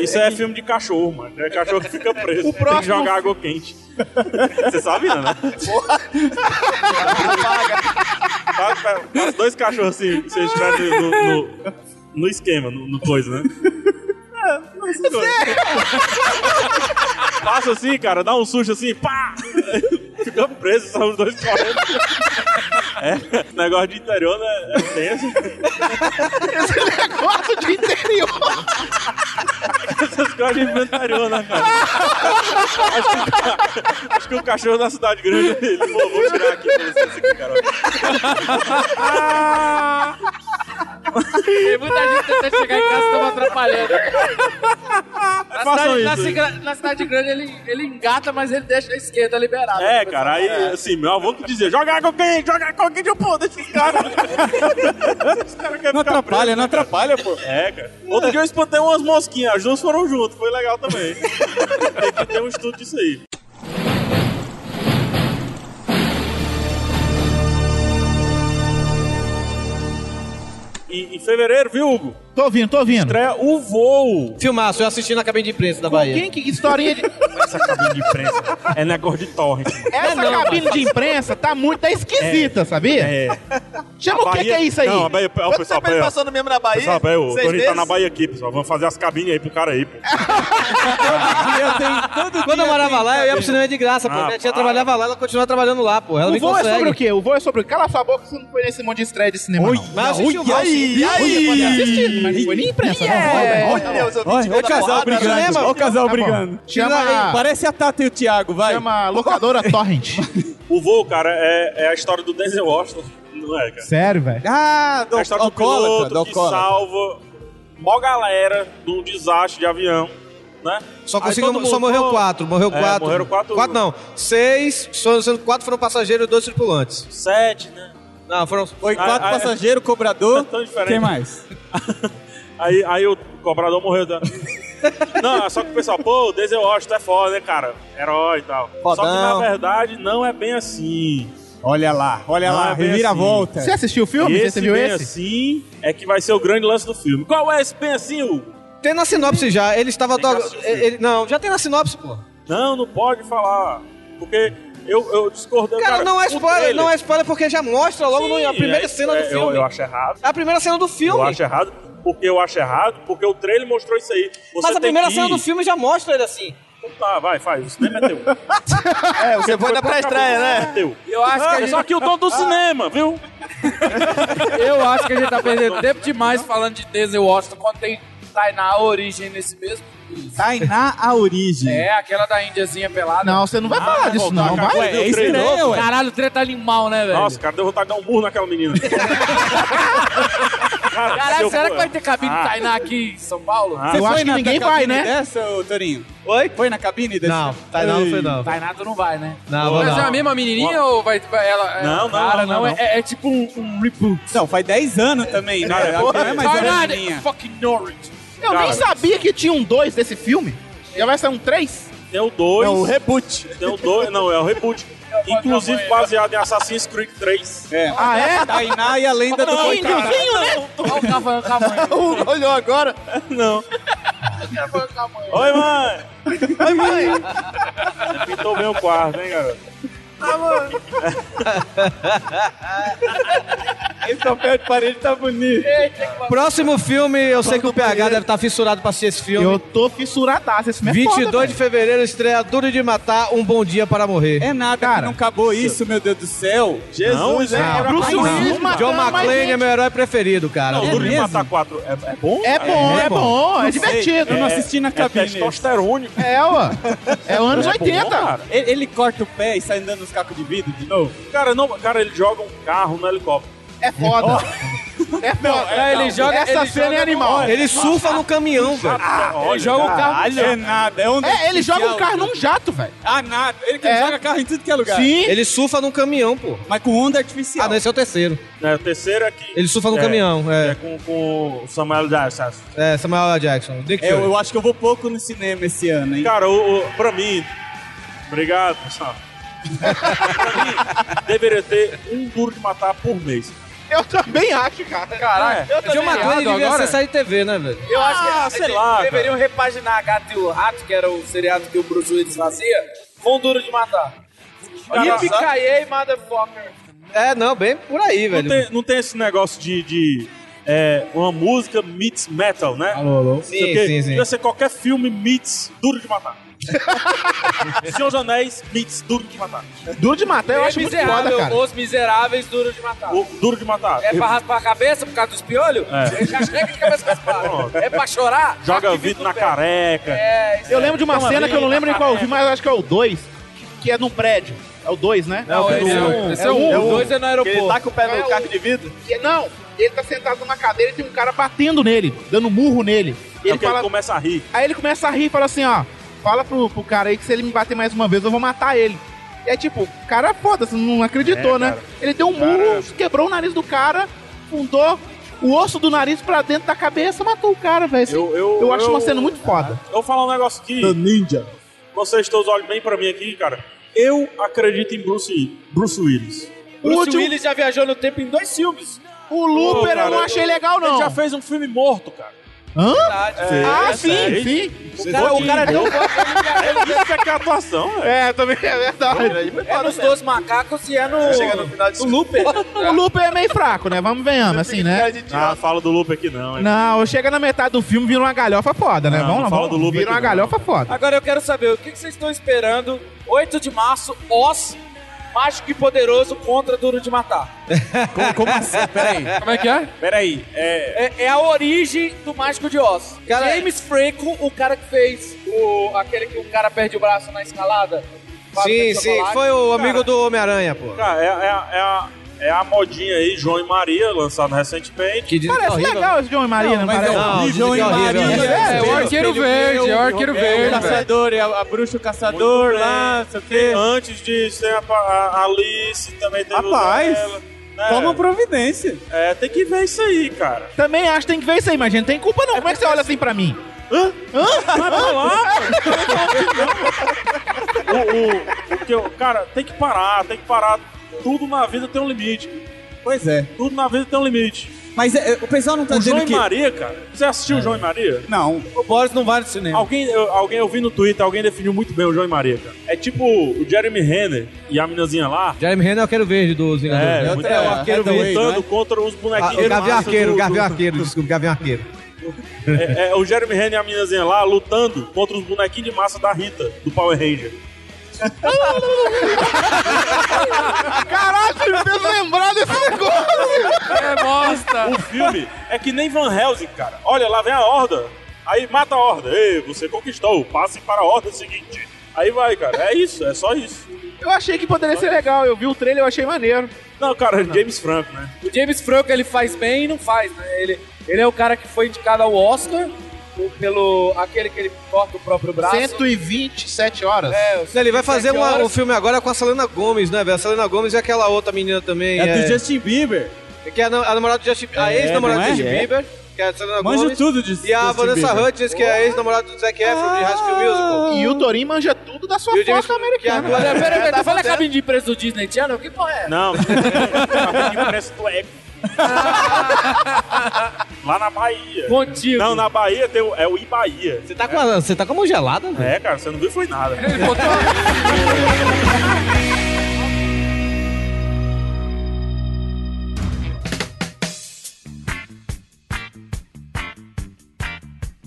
L: Isso é, filme de cachorro, mano. É cachorro que fica preso.
A: O
L: Tem que
A: próximo-
L: jogar água quente. Você sabe, não, né? Faz- faz- faz dois cachorros assim, se eles estiverem no, no, no esquema, no, no coisa, né? Passa assim, cara, dá um susto assim, pá! Fica preso, são os dois correndo. É, negócio de interior né, é tenso.
A: Esse negócio de interior.
L: Essas coisas de inventário, né, cara? Acho que, o ca- acho que o cachorro da cidade grande, ele, pô, vou tirar aqui pra licença aqui, cara.
H: Tem muita gente tentando chegar em casa e tão atrapalhando. Na
L: Façam
H: cidade,
L: isso.
H: na cigra- na cidade grande ele, ele engata, mas ele deixa a esquerda liberada.
L: É, cara, aí, assim, meu avô que dizia, joga água quente, joga água quente, eu, pô, deixa esses caras. Esses caras querem
F: Não
L: ficar
F: atrapalha,
L: presos,
F: não
L: né, cara?
F: atrapalha, pô.
L: É, cara. Outro dia eu espantei umas mosquinhas, as duas foram juntas, foi legal também. Tem que ter um estudo disso aí. Em, em fevereiro, viu, Hugo?
A: Tô ouvindo, tô ouvindo.
L: Estreia o voo.
K: Filmaço, eu assisti na cabine de imprensa da Bahia.
A: Quem que que historinha de...
L: Essa cabine de imprensa é negócio de torre.
A: Essa cabine de imprensa tá muito tá esquisita, sabia?
L: É.
A: Chama
L: A
A: o que,
L: Bahia-
A: que é isso aí?
L: Não, a Bahia, ó,
A: Quanto
L: pessoal,
A: tempo ele
L: Bahia, ó.
A: passou no mesmo na Bahia?
L: Pessoal, Bahia, o
A: Seis
L: Torinho tá
A: meses?
L: na Bahia aqui, pessoal. Vamos fazer as cabines aí pro cara aí, pô.
K: Quando eu morava lá, eu ia pro cinema de graça, pô.
L: Ah,
K: Minha tia
L: para.
K: trabalhava lá, ela continua trabalhando lá, pô. Ela
A: o
K: me
A: voo
K: consegue.
A: é sobre o quê? O voo é sobre o quê? Cala sua boca, você não foi nesse monte de estreia de cinema, não.
K: Mas eu assisti o Valsi.
A: Ih, olha, assisti, mas não foi nem imprensa, não. Olha, olha.
F: Olha o casal brigando. Olha o casal
A: Tá bom.
F: brigando.
A: Chama-
F: Ei, Parece a Tata e o Thiago, vai.
A: Chama locadora Torrent.
L: O voo, cara, é, é a história do Denzel Washington, não é, cara? É
A: Sério, velho?
F: Ah,
K: é
F: do
L: a história do
F: alcoólatra, do
L: piloto que
F: alcoólatra.
L: salva mó galera de um desastre de avião, né?
K: Só
L: Aí
K: conseguiu,
L: todo mundo-
K: só morreu quatro, morreu
L: É,
K: quatro.
L: morreram quatro-
K: Quatro não, seis, só- sendo quatro foram passageiros e dois tripulantes.
L: Sete, né?
K: Não, foram...
F: Foi quatro
L: Ah, ah,
F: passageiros, cobrador.
L: Tão diferente.
F: Quem mais?
L: Aí, aí o cobrador morreu. Tá? não, é só que o pessoal, pô, o Denzel Washington é foda, né, cara? Herói e tal. Só que na
F: Fodão.
L: verdade não é bem assim.
F: Olha lá, olha
L: Não,
F: lá,
L: é bem
F: vira a
L: assim.
F: volta.
A: Você assistiu o filme?
L: esse
A: Você Ah, viu
L: bem
A: esse?
L: assim é que vai ser o grande lance do filme. Qual é esse bem assim, Hugo?
K: Tem na sinopse já, ele estava...
L: Tem que
K: do-
L: assistir.
K: ele- não, já tem na sinopse, pô.
L: Não, não pode falar. Porque eu, eu discordei.
K: Cara, não é
L: o
K: spoiler,
L: trailer-
K: não é spoiler porque já mostra logo
L: Sim,
K: no- a primeira
L: é,
K: cena
L: é,
K: do filme.
L: Eu, eu acho errado.
K: A primeira cena do filme.
L: Eu acho errado. Porque eu acho errado, porque o trailer mostrou isso aí. Você
K: Mas a
L: tem
K: primeira
L: que
K: cena
L: ir.
K: do filme já mostra ele assim.
L: Tá, vai, faz. O cinema é teu. é,
A: você foi da pré-estreia, né?
L: É teu.
D: Eu acho que a gente-
L: Só que o
N: Ah.
L: dono do cinema, viu?
D: Eu acho que a gente tá perdendo tempo demais falando de Denzel Washington quando tem Tainá a origem nesse mesmo.
N: Tainá a origem.
D: É, aquela da Índiazinha pelada.
A: Não, você não
N: Ah,
L: Ah.
A: vai falar disso, não, vai?
L: Ué, é estranho, ué.
D: Caralho, o treta tá animal, né, velho?
L: Nossa, cara, deu vontade de dar um burro naquela menina. cara,
D: Caralho,
L: seu-
D: será que vai ter cabine
L: Ah.
D: Tainá aqui em São Paulo?
F: Ah.
N: Você foi na da cabine Dessa, ô, Torinho? Oi? Foi na cabine dessa?
K: Não, Tainá não foi, não.
D: Tainá, tu não vai, né?
N: Não, vou
D: Mas é
N: não.
D: a mesma menininha ou vai... vai- Ela, é-
N: Não, não,
D: cara,
N: não, não, não.
D: É, é tipo um, um reboot.
N: Não, faz 10 anos também, né?
L: Cara,
N: Não é mais
D: Tainá,
N: minha.
D: fucking Norwich.
A: Eu nem sabia que tinha um 2 desse filme. Já vai sair um 3?
L: Tem o 2.
N: É o reboot.
L: Tem o 2. Não, é o reboot. Inclusive baseado em Assassin's Creed 3.
N: É.
A: Ah, é?
N: Tainá e a lenda do
L: Não,
N: Boitatá.
A: Índiozinho, né?
D: Olha o tamanho, tamanho.
A: O- Olhou agora.
L: Não. Oi, mãe!
N: Ai, mãe.
L: Pintou bem o quarto, hein, garoto?
N: Esse papel de parede tá bonito.
K: Próximo filme, eu sei que o PH deve estar fissurado pra assistir esse filme.
A: Eu tô fissuradaço, esse filme é
K: 22
A: foda,
K: de
A: velho.
K: fevereiro estreia Duro de Matar, Um Bom Dia para Morrer.
N: É nada, cara. Não acabou isso, meu Deus do céu.
L: Jesus,
N: é.
L: hein? Era
A: Bruce
L: pra-
A: Willis matando
K: John
A: mais
K: McClane é
A: gente.
K: meu herói preferido, cara.
L: Não, o Duro de
N: mesmo?
L: Matar 4 é, é bom?
A: É bom, é,
K: É bom.
A: bom,
N: sei,
A: é divertido.
N: Eu não assisti na
L: É
N: cabine.
L: testosterônico.
A: É, ó. É anos
L: É bom,
A: 80.
L: cara.
N: Ele, ele corta o pé e sai andando nos cacos de vidro de novo.
L: Cara, não, cara, ele joga um carro no helicóptero.
A: É foda. É foda.
D: ele joga-
A: Essa
D: ele
A: cena
D: joga
A: é animal.
K: Ele surfa no caminhão, velho.
L: Olha,
N: Ah, Joga o carro no É nada. É, um
A: É, ele joga
N: oficial.
A: o carro
D: né?
A: num jato, velho.
N: Ah, nada. Ele que
A: É.
N: joga carro em tudo que é lugar.
A: Sim.
K: Ele surfa num caminhão, pô.
N: Mas com onda artificial.
K: Ah, não, esse é o terceiro.
L: É, o terceiro é que.
K: Ele surfa no
L: é,
K: caminhão, é.
L: É com, com o Samuel Jackson.
K: É, Samuel L. Jackson. Dick
N: É, eu,
K: Fury.
N: eu acho que eu vou pouco no cinema esse ano, hein?
L: Cara, o, o- pra mim. Obrigado, pessoal. pra mim, deveria ter um duro de matar por mês.
A: Eu também acho, cara.
N: É.
D: Caralho.
A: Eu
K: John
A: também acho.
K: McClane
D: errado
K: devia
D: agora?
K: ser sair de TV, né, velho?
D: Eu acho que
L: Ah,
D: eles
L: sei lá, cara.
D: deveriam repaginar a Gata e o Rato, que era o seriado que o Bruce Willis fazia, com Duro de Matar. Yippee-ki-yay, motherfucker.
K: É, não, bem por aí,
L: Não
K: velho.
L: tem, não tem esse negócio de. de, é, uma música meets metal, né? Alô, alô.
K: Sim, sim, sim.
L: Deve ser qualquer filme meets duro de matar. Senhor dos Anéis meets duro de matar.
A: Duro de matar, eu acho muito
D: É miserável,
A: foda, cara.
D: Os Miseráveis, Duro de Matar.
L: O duro de matar.
D: É pra raspar a cabeça por causa dos piolhos?
L: É.
D: Já chega de cabeça raspada. É pra chorar?
L: Joga
D: Arquivo
L: vidro
D: do
L: na
D: pé.
L: careca.
D: É, isso
A: Eu lembro de uma
D: Toma
A: cena que eu não
D: bem,
A: lembro em qual filme, mas eu acho que é o 2, que é num prédio. É o 2, né?
D: Não, esse é um. Esse é um. O dois é
N: Porque ele
D: no aeroporto.
N: tá com o pé
A: É
N: no
A: o-
N: caco de vidro?
A: E- Não, ele tá sentado numa cadeira e tem um cara batendo nele, dando murro nele. E
L: Ele,
D: É
A: ele fala-
L: ele começa a rir.
A: Aí ele começa a rir e fala assim, ó, fala pro, pro cara aí que se ele me bater mais uma vez, eu vou matar ele. E é tipo, o cara foda-se, não acreditou,
L: É,
A: né?
L: cara. é.
A: Ele deu um murro, quebrou o nariz do cara, fundou o osso do nariz pra dentro da cabeça, matou o cara, velho. Assim,
L: Eu- eu-
A: acho
L: eu-
A: uma cena muito foda.
L: Eu vou falar um negócio aqui.
N: Ninja.
L: Vocês todos olham bem pra mim aqui, cara. Eu acredito em Bruce, Bruce Willis.
D: Bruce
A: último-
D: Willis já viajou no tempo em dois filmes.
A: O Looper eu não achei legal,
L: Ele
A: não.
L: já fez um filme morto, cara.
A: Hã?
L: É,
A: ah,
L: é
A: sim,
L: sério.
A: sim.
L: O cara, o cara deu Isso é que é atuação, velho.
A: É, também é verdade.
D: É nos dois macacos e é no...
N: Chega no final de
D: no Looper.
A: O Looper é meio fraco, né? Vamos venhamos, assim, né?
L: Ah, fala do Lupe aqui não, hein?
A: Não, chega na metade do filme, vira uma galhofa foda, né?
L: Não,
A: vamos
L: não
A: lá,
L: fala
A: vamos
L: do Looper
A: Vira uma
L: aqui, não.
A: galhofa foda.
D: Agora eu quero saber, o que que vocês estão esperando? 8 de março, Oz, Mágico e Poderoso contra Duro de Matar.
N: Como, como assim? Peraí.
D: Como é que é?
L: Peraí, é.
D: É, a origem do Mágico de Oz.
K: Cara,
D: James Franco, o cara que fez o, aquele que o cara perde o braço na escalada.
K: Sim, sim, que foi o amigo do Homem-Aranha, pô.
L: Cara, é, é, é a, é a modinha aí, João e Maria, lançado recentemente.
K: Que diz...
A: Parece
K: horrível.
A: legal esse John e Maria, é não,
N: Mas
A: parece?
N: é
A: um
K: Não,
N: horrível,
K: dizem que
N: hein,
K: é horrível.
N: Maria?
K: É,
N: Velho,
D: o Arqueiro
N: espelho
D: Verde, é o
N: vermelho,
D: Arqueiro
N: é, o
D: Verde,
N: caçador, e a, a bruxa o caçador né?
L: Muito bem.
N: lá, não sei o quê.
L: Antes disso, tem a, a Alice, também teve o
N: Rapaz,
L: dela, né?
N: Toma providência.
L: É, tem que ver isso aí, cara.
A: Também acho que tem que ver isso aí, mas gente, não tem culpa não. Como é que você olha assim pra mim?
L: O, o, o que eu- cara, tem que parar, tem que parar. Tudo na vida tem um limite.
N: Pois é.
L: Tudo na vida tem um limite.
O: Mas é, o pessoal não tá
L: O
O: dizendo
L: João e
O: que...
L: Maria, cara. Você assistiu o João e Maria?
O: Não.
L: O Boris não vai no cinema. Alguém, eu, alguém, eu vi no Twitter, alguém definiu muito bem o João e Maria, cara. É tipo o Jeremy Renner e a minazinha lá.
K: Jeremy Renner é o arqueiro verde do
L: É,
K: Vingadores.
L: muito- é, o arqueiro
K: verde,
L: lutando
K: né?
L: contra os
K: Ah,
L: bonequinhos
K: o Gavião
L: massa
K: Arqueiro,
L: do-
K: o Gavião
L: do-
K: Arqueiro, desculpa, o Gavião Arqueiro.
L: É, é, o Jeremy Renner e a minazinha lá lutando contra os bonequinhos de massa da Rita, do Power Ranger.
A: Caralho, você me fez lembrar desse negócio!
L: É bosta! O filme é que nem Van Helsing, cara. Olha, lá vem a horda. Aí mata a horda. Ei, você conquistou. Passe para a horda seguinte. Aí vai, cara. É isso, é só isso.
F: Eu achei que poderia ser legal. Eu vi o trailer, eu achei maneiro.
L: Não, cara, James Franco, né?
D: O James Franco, ele faz bem e não faz, né? Ele, ele é o cara que foi indicado ao Oscar o- pelo aquele que ele corta o próprio braço.
A: 127 horas.
D: É,
K: Ele vai fazer uma-
D: horas.
K: um filme agora com a Selena Gomes, né, velho? A Selena Gomes e aquela outra menina também.
O: É do Justin Bieber.
K: Que é a, nam- a namorada do Justin A
O: É,
K: ex-namorada
O: não
K: do
O: é?
K: Justin
O: É.
K: Bieber. Que é a Selena
O: Manjo
K: Gomes.
O: tudo de
K: E a
O: Justin
K: Vanessa
O: Bieber. Ah,
K: Hudgens, que é a ex-namorada do Zac Efron de High School Musical.
A: E o Torim manja tudo da sua
K: E o James-
A: foca americana.
K: que é
O: é.
D: Peraí, peraí, peraí, tá falando a cabine de imprensa do Disney Channel? Que porra é?
L: Não. Parece Black. Lá na Bahia.
D: Contigo.
L: Não, na Bahia tem o, é o Ibaía. Você
K: tá com a- Você tá com a mão gelada, velho?
L: É, cara, você não viu foi nada.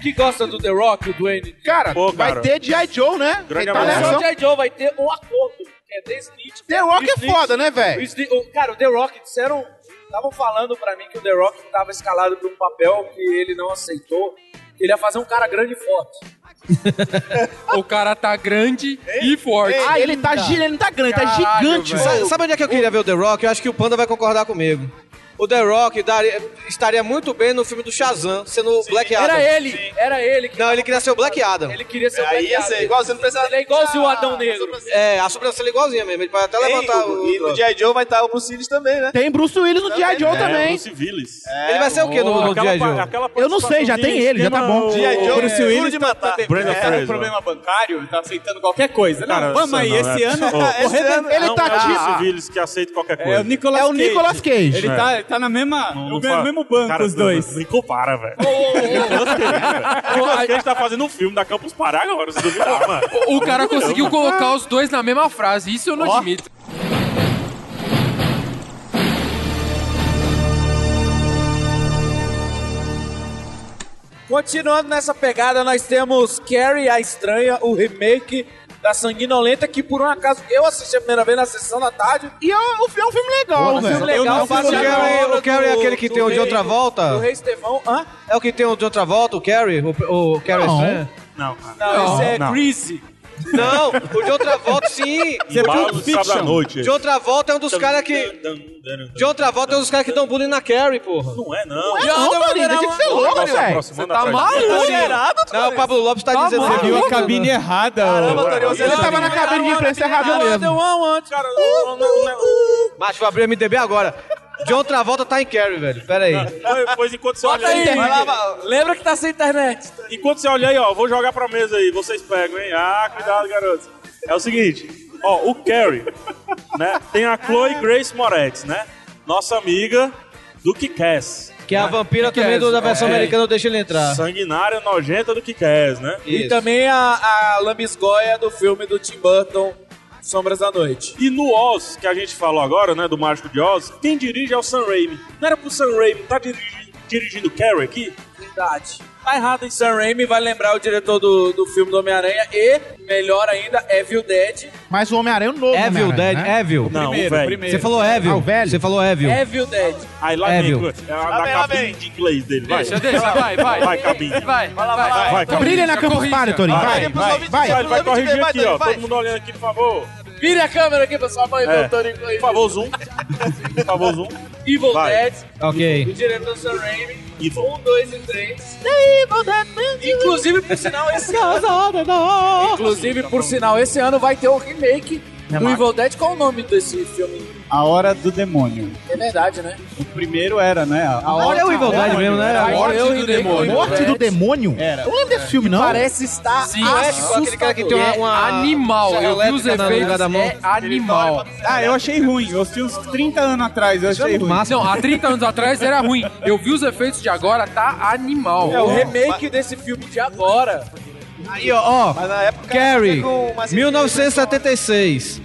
D: Que gosta do The Rock, o Dwayne?
A: Cara,
L: Pô, cara.
A: vai ter G.I. Joe, né?
L: Grande
A: Tem
L: abraço.
A: talento.
D: Só o G.I. Joe vai ter o acordo, que é The Snitch.
A: The Rock
D: O
A: é
D: Snitch-
A: foda, né, velho?
D: o Snitch- o- Cara, o The Rock, disseram... Estavam falando pra mim que o The Rock tava escalado pra um papel que ele não aceitou. que Ele ia fazer um cara grande e forte.
M: O cara tá grande e forte.
A: Ei, ele tá gi- ele não tá grande, tá
M: Caralho,
A: gigante,
M: velho.
K: Sabe, sabe onde é que eu queria ver o The Rock? Eu acho que o Panda vai concordar comigo. O The Rock daria- estaria muito bem no filme do Shazam, sendo o Black Adam.
D: Era ele, era ele. Que
K: Não, ele queria ser o Black
M: Então,
K: Adam.
D: Ele queria ser o
C: Aí
D: Black
C: ia
D: Adam.
K: assim,
C: ser igual, você não precisa-
D: Ele é igualzinho o Adão Negro.
K: É, a sobrancelha é igualzinha mesmo. Ele pode até levantar o...
C: E no G.I. Joe vai estar o Bruce Willis também, né?
A: Tem Bruce Willis no G.I. Joe
L: É,
A: também.
L: Bruce Willis.
K: Ele vai ser o quê no- no
L: Aquela
K: G.I. Joe?
L: pa- aquela
A: Eu não sei, já tem ele, já tá bom.
C: G.I. Joe
A: Bruce
C: é
A: Willis
C: duro
N: tá-
C: de matar.
L: Brenda
C: É,
L: Fraser.
C: um problema
N: né? bancário, tá aceitando qualquer coisa.
L: Cara,
N: Não, vamos
L: isso
N: aí,
L: não
N: esse
L: é
N: ano...
L: possível.
N: ah, esse
A: Ele
N: ano-
A: ele
L: Não
A: tá
L: é o Bruce
A: ativo.
L: Willis que aceita qualquer coisa.
N: É o Nicolas
A: É o
N: Cage.
A: Nicolas Cage.
N: Ele
L: É.
N: tá, ele tá na mesma, no mesmo, mesmo banco,
L: Cara,
N: os dois.
L: Não, não compara, velho. Nicolas Cage, velho. Nicolas Cage tá fazendo um filme da Campus Pará agora, você duvidar, mano.
M: O cara conseguiu colocar os dois na mesma frase, isso eu não admito.
D: Continuando nessa pegada, nós temos Carrie a Estranha, o remake da Sanguinolenta, que por um acaso eu assisti a primeira vez na sessão da tarde.
A: E é um é um filme legal,
D: filme
A: velho.
D: legal,
K: Eu não
D: baseado
K: o
D: na
K: Carrie,
D: obra
K: o Carrie é
D: do-
K: aquele que
D: do
K: tem o de
D: rei-
K: outra volta?
D: Do Rei Estevão. Hã?
K: É o que tem o de outra volta, o Carrie? O, o Carrie
A: Não.
K: Estranha?
L: Não, cara.
D: Não, esse é
L: não.
D: Greasy.
K: Não, o de outra volta sim.
L: Embalo do sábado à noite.
K: De outra volta é um dos caras que... De outra volta é um dos caras que dão bullying na Carrie, porra.
L: Não é, não.
A: Não, Torinho, deixa de ser louco, velho.
L: Você
N: tá
K: Não, o Pablo Lopes tá,
N: Tá
K: dizendo...
N: maluco, viu a cabine errada. Caramba,
A: Ele tava na cabine de imprensa errada mesmo.
L: Cara, não, não, não, não.
K: Macho, vou abrir o MDB agora. De outra volta tá em Carrie, velho. Pera aí.
L: Pois enquanto você olha
D: Bota aí.
L: aí,
D: vai lá, vai- Lembra que tá sem internet.
L: enquanto você olha aí, ó, vou jogar pra mesa aí, vocês pegam, hein? Ah, cuidado, garoto. É o seguinte, ó, o Carrie, né? Tem a Chloe Grace Moretz, né? Nossa amiga do Kikass.
K: Que é a vampira
M: Que que é
K: também do-
M: isso?
K: da versão
M: É.
K: americana, eu deixo ele entrar.
L: Sanguinária nojenta do Kikass, né?
D: E também a, a lambisgoia do filme do Tim Burton, Sombras da Noite.
L: E no Oz, que a gente falou agora, né, do Mágico de Oz, quem dirige é o Sam Raimi. Não era pro Sam Raimi tá dirigi- dirigindo Carrie aqui?
D: Verdade. Tá errado, hein? Sam Raimi vai lembrar o diretor do, do filme do Homem-Aranha e, melhor ainda, Evil Dead.
A: Mas o Homem-Aranha é o novo.
K: Evil,
A: Homem-Aranha,
K: Dead,
A: né?
K: Evil.
L: Não, o
N: Primeiro,
L: velho.
N: primeiro.
K: Você falou Evil.
A: Ah, o velho?
K: Você falou Evil.
D: Evil Dead.
L: Aí lá vem,
K: Evil.
L: é a, da
N: lá
L: cabine
N: vem.
L: de inglês dele. Vai,
M: Deixa, deixa, vai, vai.
L: Vai, cabine.
M: Vai, vai lá, vai.
L: Vai, cabine.
A: Brilha na Campus Party, Torinho. É Vai, vai, vai.
L: Vai, ele
N: Vai,
L: vai corrigir
N: vai,
L: aqui,
N: vai,
L: ó.
N: vai.
L: Todo mundo olhando aqui, por favor.
D: Vire a câmera aqui, pessoal. Vai
L: É.
D: ver o Tony Coelho.
L: Por favor, zoom. Por favor, zoom.
D: Evil
L: Vai.
D: Dead.
K: Ok.
D: O diretor Sam Raimi.
L: Evil.
D: Um, dois e três. Inclusive, por sinal, esse ano... Inclusive, por sinal, esse ano vai ter o remake do Evil Dead. Qual o nome desse filme?
N: A Hora do Demônio.
D: É verdade, né?
N: O primeiro era, né? A
A: é
K: Olha o Evil Dead mesmo, né?
N: Era a
D: Aí
N: Morte
D: eu
N: do
D: remake
N: Demônio. É.
D: Evil
A: Morte do
D: Dead.
A: Demônio?
N: Era.
A: Eu lembro desse esse filme, não?
D: Parece estar
K: Sim,
D: assustador.
K: é tipo aquele cara que tem uma-
D: É
K: uma-
M: animal.
K: Serra
M: Eu vi os
K: elétrica na-
M: efeitos.
K: ligada à mão.
M: É animal.
N: Ah, eu achei ruim. Eu assisti uns 30 anos atrás,
A: é
N: eu achei ruim.
D: Assim,
M: Não, há 30 anos atrás era ruim. Eu vi os efeitos de agora, tá animal.
D: É o remake desse filme de agora.
K: Aí, ó, ó.
D: Mas na época um,
K: Carrie,
D: pegou umas ideias
K: 1976.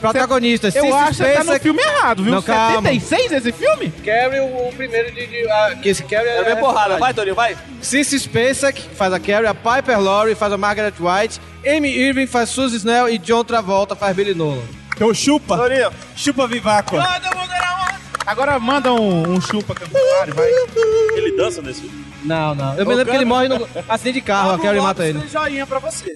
K: Protagonista,
D: Eu
K: Sissy
D: acho que tá
K: Spacek.
D: no filme errado, viu?
K: Não, calma.
D: 76
K: esse filme?
D: Carrie, o, o primeiro de... de ah, a,
K: Que esse Carrie
D: Quero ver porrada. Vai, Torinho, vai.
K: Cissy Spacek faz a Carrie, a Piper Laurie faz a Margaret White, Amy Irving faz Suzy Snell e John Travolta faz Billy Nolan.
N: Então chupa. Chupa Vivaco.
A: Agora manda um, um chupa campeonato, vai.
L: Ele dança nesse filme?
K: Não, não. Eu me lembro que ele morre no acidente de carro, a Carrie mata ele.
D: joinha pra você.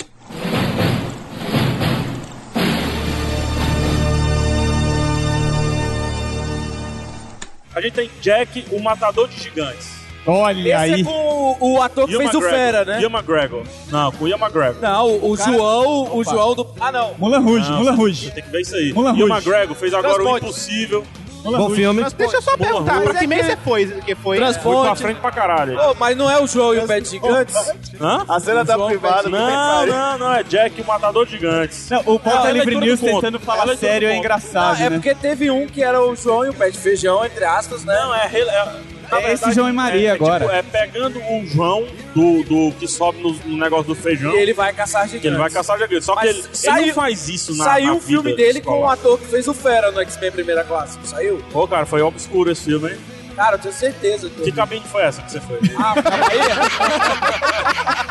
L: A gente tem Jack, o matador de gigantes.
N: Olha
D: Esse é com o, o ator que
L: Ian
D: fez o
L: McGregor.
D: Fera, né?
L: Ian McGregor. Não, com o Ian McGregor.
D: Não, o, o
L: Cara-
D: João, o
L: Opa.
D: João do... Ah, não.
N: Mulan Rouge, Mulan Rouge.
L: Tem que ver isso aí.
N: Mulan
L: Ian
N: Rouge.
L: McGregor fez agora
N: Transporte.
L: o impossível.
N: Mulan Bom Rouge. filme.
A: Mas deixa eu só
L: Mulan
A: perguntar,
L: Rouge.
A: pra que mês você foi? Que foi
L: Foi pra
D: Transporte.
L: frente pra caralho.
D: Ô, mas não é o João e o Pet Gigantes?
N: Ah,
L: Hã?
D: A cena da privada, puta que
L: Não,
D: pariu.
L: não, não. É Jack, o matador de gigantes.
N: Não, o Pauta
L: é a
N: Livre
L: leitura
N: News
L: do conto.
N: tentando
L: É a
N: falar
L: leitura
N: sério
L: do
N: é
L: conto.
N: engraçado,
D: Ah, é
N: né?
D: porque teve um que era o João e o Pé de Feijão, entre aspas, né?
L: Não, é... re- é- na
N: É esse João e Maria
L: é, é
N: agora.
L: tipo, é pegando o João do, do que sobe no, no negócio do feijão.
D: E ele vai caçar gigantes.
L: que ele vai caçar gigantes. Só que
D: Mas
L: ele, ele
D: saiu-
L: não faz isso na
D: Saiu
L: na
D: um filme
L: vida
D: dele com o
L: escolar.
D: ator que fez o Fera no X-Men Primeira Classe. não Saiu?
L: Pô, cara, foi obscuro esse filme, hein?
D: Cara, eu tenho certeza.
L: Que cabine foi essa que você foi?
K: Ah,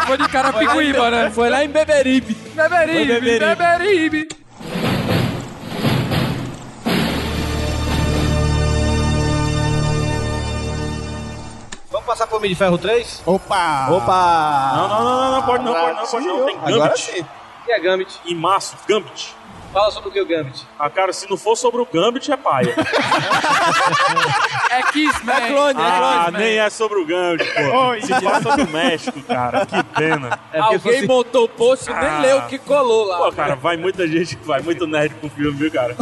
M: Foi de Carapicuíba, né?
D: Foi lá em Beberibe.
M: Beberibe,
N: Beberibe.
M: Beberibe.
K: Vamos passar pro Homem de Ferro 3?
A: Opa!
D: Opa!
L: Não, não, não, não, não, pode não, pode não, pode não. Tem Gambit.
K: Agora sim. E a Gambit?
L: Em março, Gambit.
K: Fala sobre o que o Gambit.
L: Ah, cara, se não for sobre o Gambit, é paia.
M: É Kiss, É
D: clone,
L: ah, nem é sobre o Gambit, pô. Se passa do México, cara. Que pena.
D: Alguém montou o post e nem
L: Ah.
D: leu o que colou lá.
L: Pô, cara, vai muita gente, vai muito nerd pro filme, viu, cara?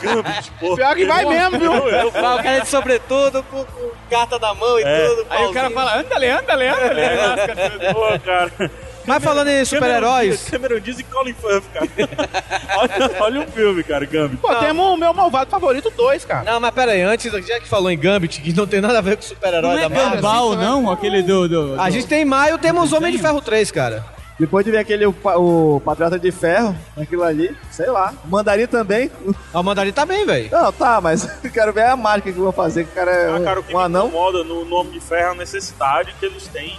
L: Gambit, pô.
A: Pior que vai mesmo, viu?
L: Eu, eu,
K: Lá, o cara de sobretudo, com, com carta na mão e
L: É.
K: tudo.
N: Aí o cara
K: pauzinho.
N: fala, anda, anda,
L: É.
N: anda.
L: Pô, cara.
K: Mas
L: é
K: falando
L: um Cameron
K: em
L: Diaz-
K: super-heróis,
L: Cameron Diaz e Colin Firth, cara. olha, olha o filme, cara, Gambit.
A: Pô, temos o meu malvado favorito 2, cara.
K: Não, mas pera aí, antes, já que falou em Gambit, que não tem nada a ver com super-herói da Marvel.
N: Gambal, é não? Aquele do... do,
K: A gente tem em maio, temos Homem de Ferro 3, cara.
F: Depois de ver aquele o, pa- o Patriota de Ferro, aquilo ali, sei lá. Mandarim também.
K: Ah, O Mandarim tá bem, velho.
F: Não, tá, mas quero ver a mágica que eu vou fazer, que o cara é
L: Ah,
F: um,
L: cara, o que
F: um
L: me
F: anão.
L: incomoda no Nome de Ferro é a necessidade que eles têm de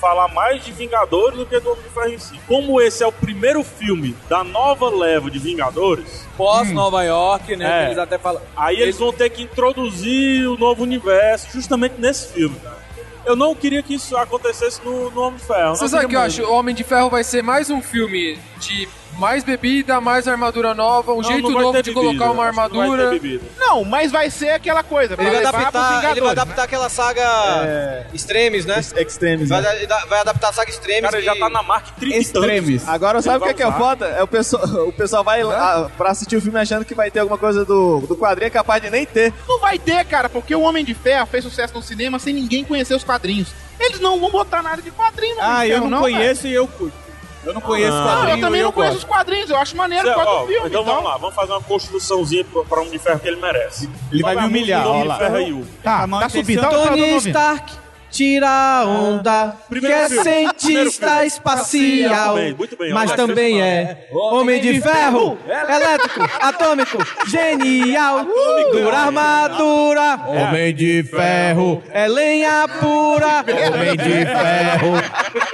L: falar mais de Vingadores do que do Homem de Ferro em si. Como esse é o primeiro filme da nova leva de Vingadores,
N: Hum.
D: Pós-Nova York, né?
L: É.
D: que Eles até falam.
L: aí eles vão ter que introduzir o novo universo justamente nesse filme, cara. Eu não queria que isso acontecesse no, no Homem de Ferro.
M: Você
L: Não
M: sabe o
L: queria
M: que eu acho?
L: mesmo.
M: O Homem de Ferro vai ser mais um filme de mais bebida, mais armadura nova, um
L: Não,
M: jeito
L: não vai
M: novo
L: ter
M: de
L: bebida.
M: colocar uma
L: Acho que não vai ter
M: armadura.
L: bebida.
A: Não, mas vai ser aquela coisa. pra
K: Ele vai,
A: levar pros
K: adaptar, ele vai
A: Vingadores, né?
K: adaptar aquela saga Extremes, né?
F: É. Extremes.
K: Vai,
F: né? Então,
K: da- vai adaptar a saga Extremes.
L: Cara, ele já
K: que-
L: tá na marca trinta e tantos.
N: Extremes.
F: Agora, sabe o que,
L: vai
F: é que é
L: usar.
F: foda? É o, pessoal, o pessoal
A: Né?
F: vai lá pra assistir o filme achando que vai ter alguma coisa do, do quadrinho, é capaz de nem ter.
A: Não vai ter, cara, porque o Homem de Ferro fez sucesso no cinema sem ninguém conhecer os quadrinhos. Eles não vão botar nada de quadrinho no Homem
N: Ah,
A: de
N: eu
F: um
A: Ferro,
N: não
A: velho.
F: né?
N: conheço e eu curto. Eu não conheço
L: Ah.
A: Não,
N: quadrinho
A: eu também
N: e
A: não conheço
N: gosto.
A: os quadrinhos, eu acho maneiro
L: Zé,
A: por causa
L: ó,
A: do filme.
L: então, vamos lá, vamos fazer uma construçãozinha pra, pra Homem de Ferro que ele merece.
N: Ele vai me humilhar,
L: um Homem
N: ó
L: de
N: lá.
L: Ferro aí, o-
A: Tá,
N: Tá,
A: tá
N: atenção,
K: um
A: subindo, tá, tá, tá,
K: Tony
A: ouvindo.
K: Stark tira onda,
L: Primeiro
K: que é
L: filme.
K: cientista espacial,
L: Muito bem, muito bem.
K: mas
L: Olha,
K: também é homem de ferro,
F: é
K: elétrico, atômico, genial, dura armadura,
F: É.
K: homem de ferro, é lenha pura,
F: É.
K: homem de ferro.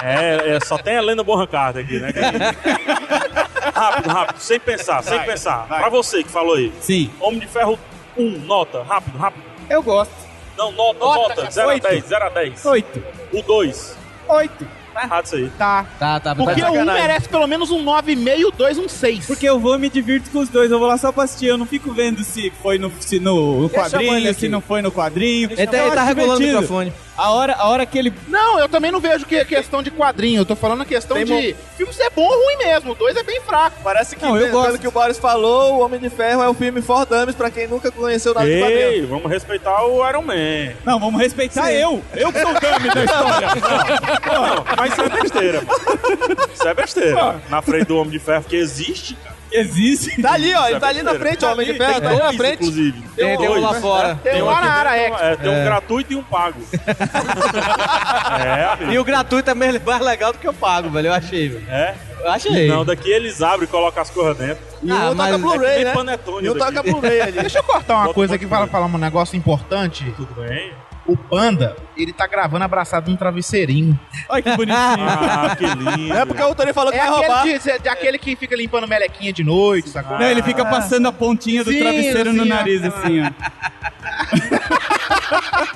L: É, é, só tem a Helena Bonham Carter aqui, né? cara? rápido, rápido, sem pensar, sem pensar. Pra você que falou aí.
N: Sim.
L: Homem de Ferro 1, nota, rápido, rápido.
N: Eu gosto.
L: Não, nota, nota, 0 a
N: oito.
L: 10, 0 a 10.
N: Oito.
L: O 2,
N: Oito.
L: tá errado isso aí.
A: Tá.
K: Tá, tá,
A: Porque o 1 merece pelo menos um 9,5, o 2 um 6.
N: Porque eu vou e me divirto com os dois. Eu vou lá só pra assistir. Eu não fico vendo se foi no, se no, no
D: Deixa a banda
N: quadrinho,
D: aqui.
N: se não foi no quadrinho.
K: Ele tá,
N: Eu
K: ele tá
N: acho
K: regulando o
N: divertido.
K: microfone.
A: A hora, a hora que ele. Não, eu também não vejo que é questão de quadrinho. Eu tô falando a questão
F: Tem
A: de. Filme se é bom ou ruim mesmo. O dois é bem fraco.
F: Parece que, pelo que o Boris falou, O Homem de Ferro é um filme for dummies pra quem nunca conheceu nada de
L: Ei,
F: quadrinho.
L: vamos respeitar o Iron Man.
N: Não, vamos respeitar eu. Eu que sou o né? dummy da história.
L: Não, mas isso é besteira. Isso é besteira. Na frente do Homem de Ferro, que existe, cara.
N: Existe.
F: Tá ali, ó.
L: é
F: Ele tá ali na frente, ó. o Homem de Ferro, tá ali na frente.
L: Inclusive.
F: Tem- tem um
L: dois,
F: lá
L: né?
F: fora.
L: Tem um
F: Tem um
L: aqui
F: lá na
L: dentro,
F: área
L: é, Tem um
F: extra.
L: gratuito e um pago. é, amigo.
K: E o gratuito é mais mais legal do que eu pago, velho. Eu achei, velho.
L: É?
K: Eu achei.
L: Não, daqui eles abrem e colocam as coisas dentro.
K: E Ah, um toca mas- Blu-ray,
L: É que nem
K: né?
L: Panetone
K: E um
L: daqui.
K: toca Blu-ray ali.
A: Deixa eu cortar uma
L: Bota
A: coisa
L: um
A: aqui para falar um negócio importante.
L: Tudo bem?
A: O Panda, ele tá gravando abraçado num travesseirinho.
N: Olha que bonitinho.
L: ah, que lindo.
A: É porque
F: o Tony falou
A: que é aquele De, de- de aquele que fica limpando melequinha de noite, sacou?
N: Não, ele fica passando a pontinha do
A: Sim,
N: travesseiro no
A: assim, ó.
N: nariz, assim,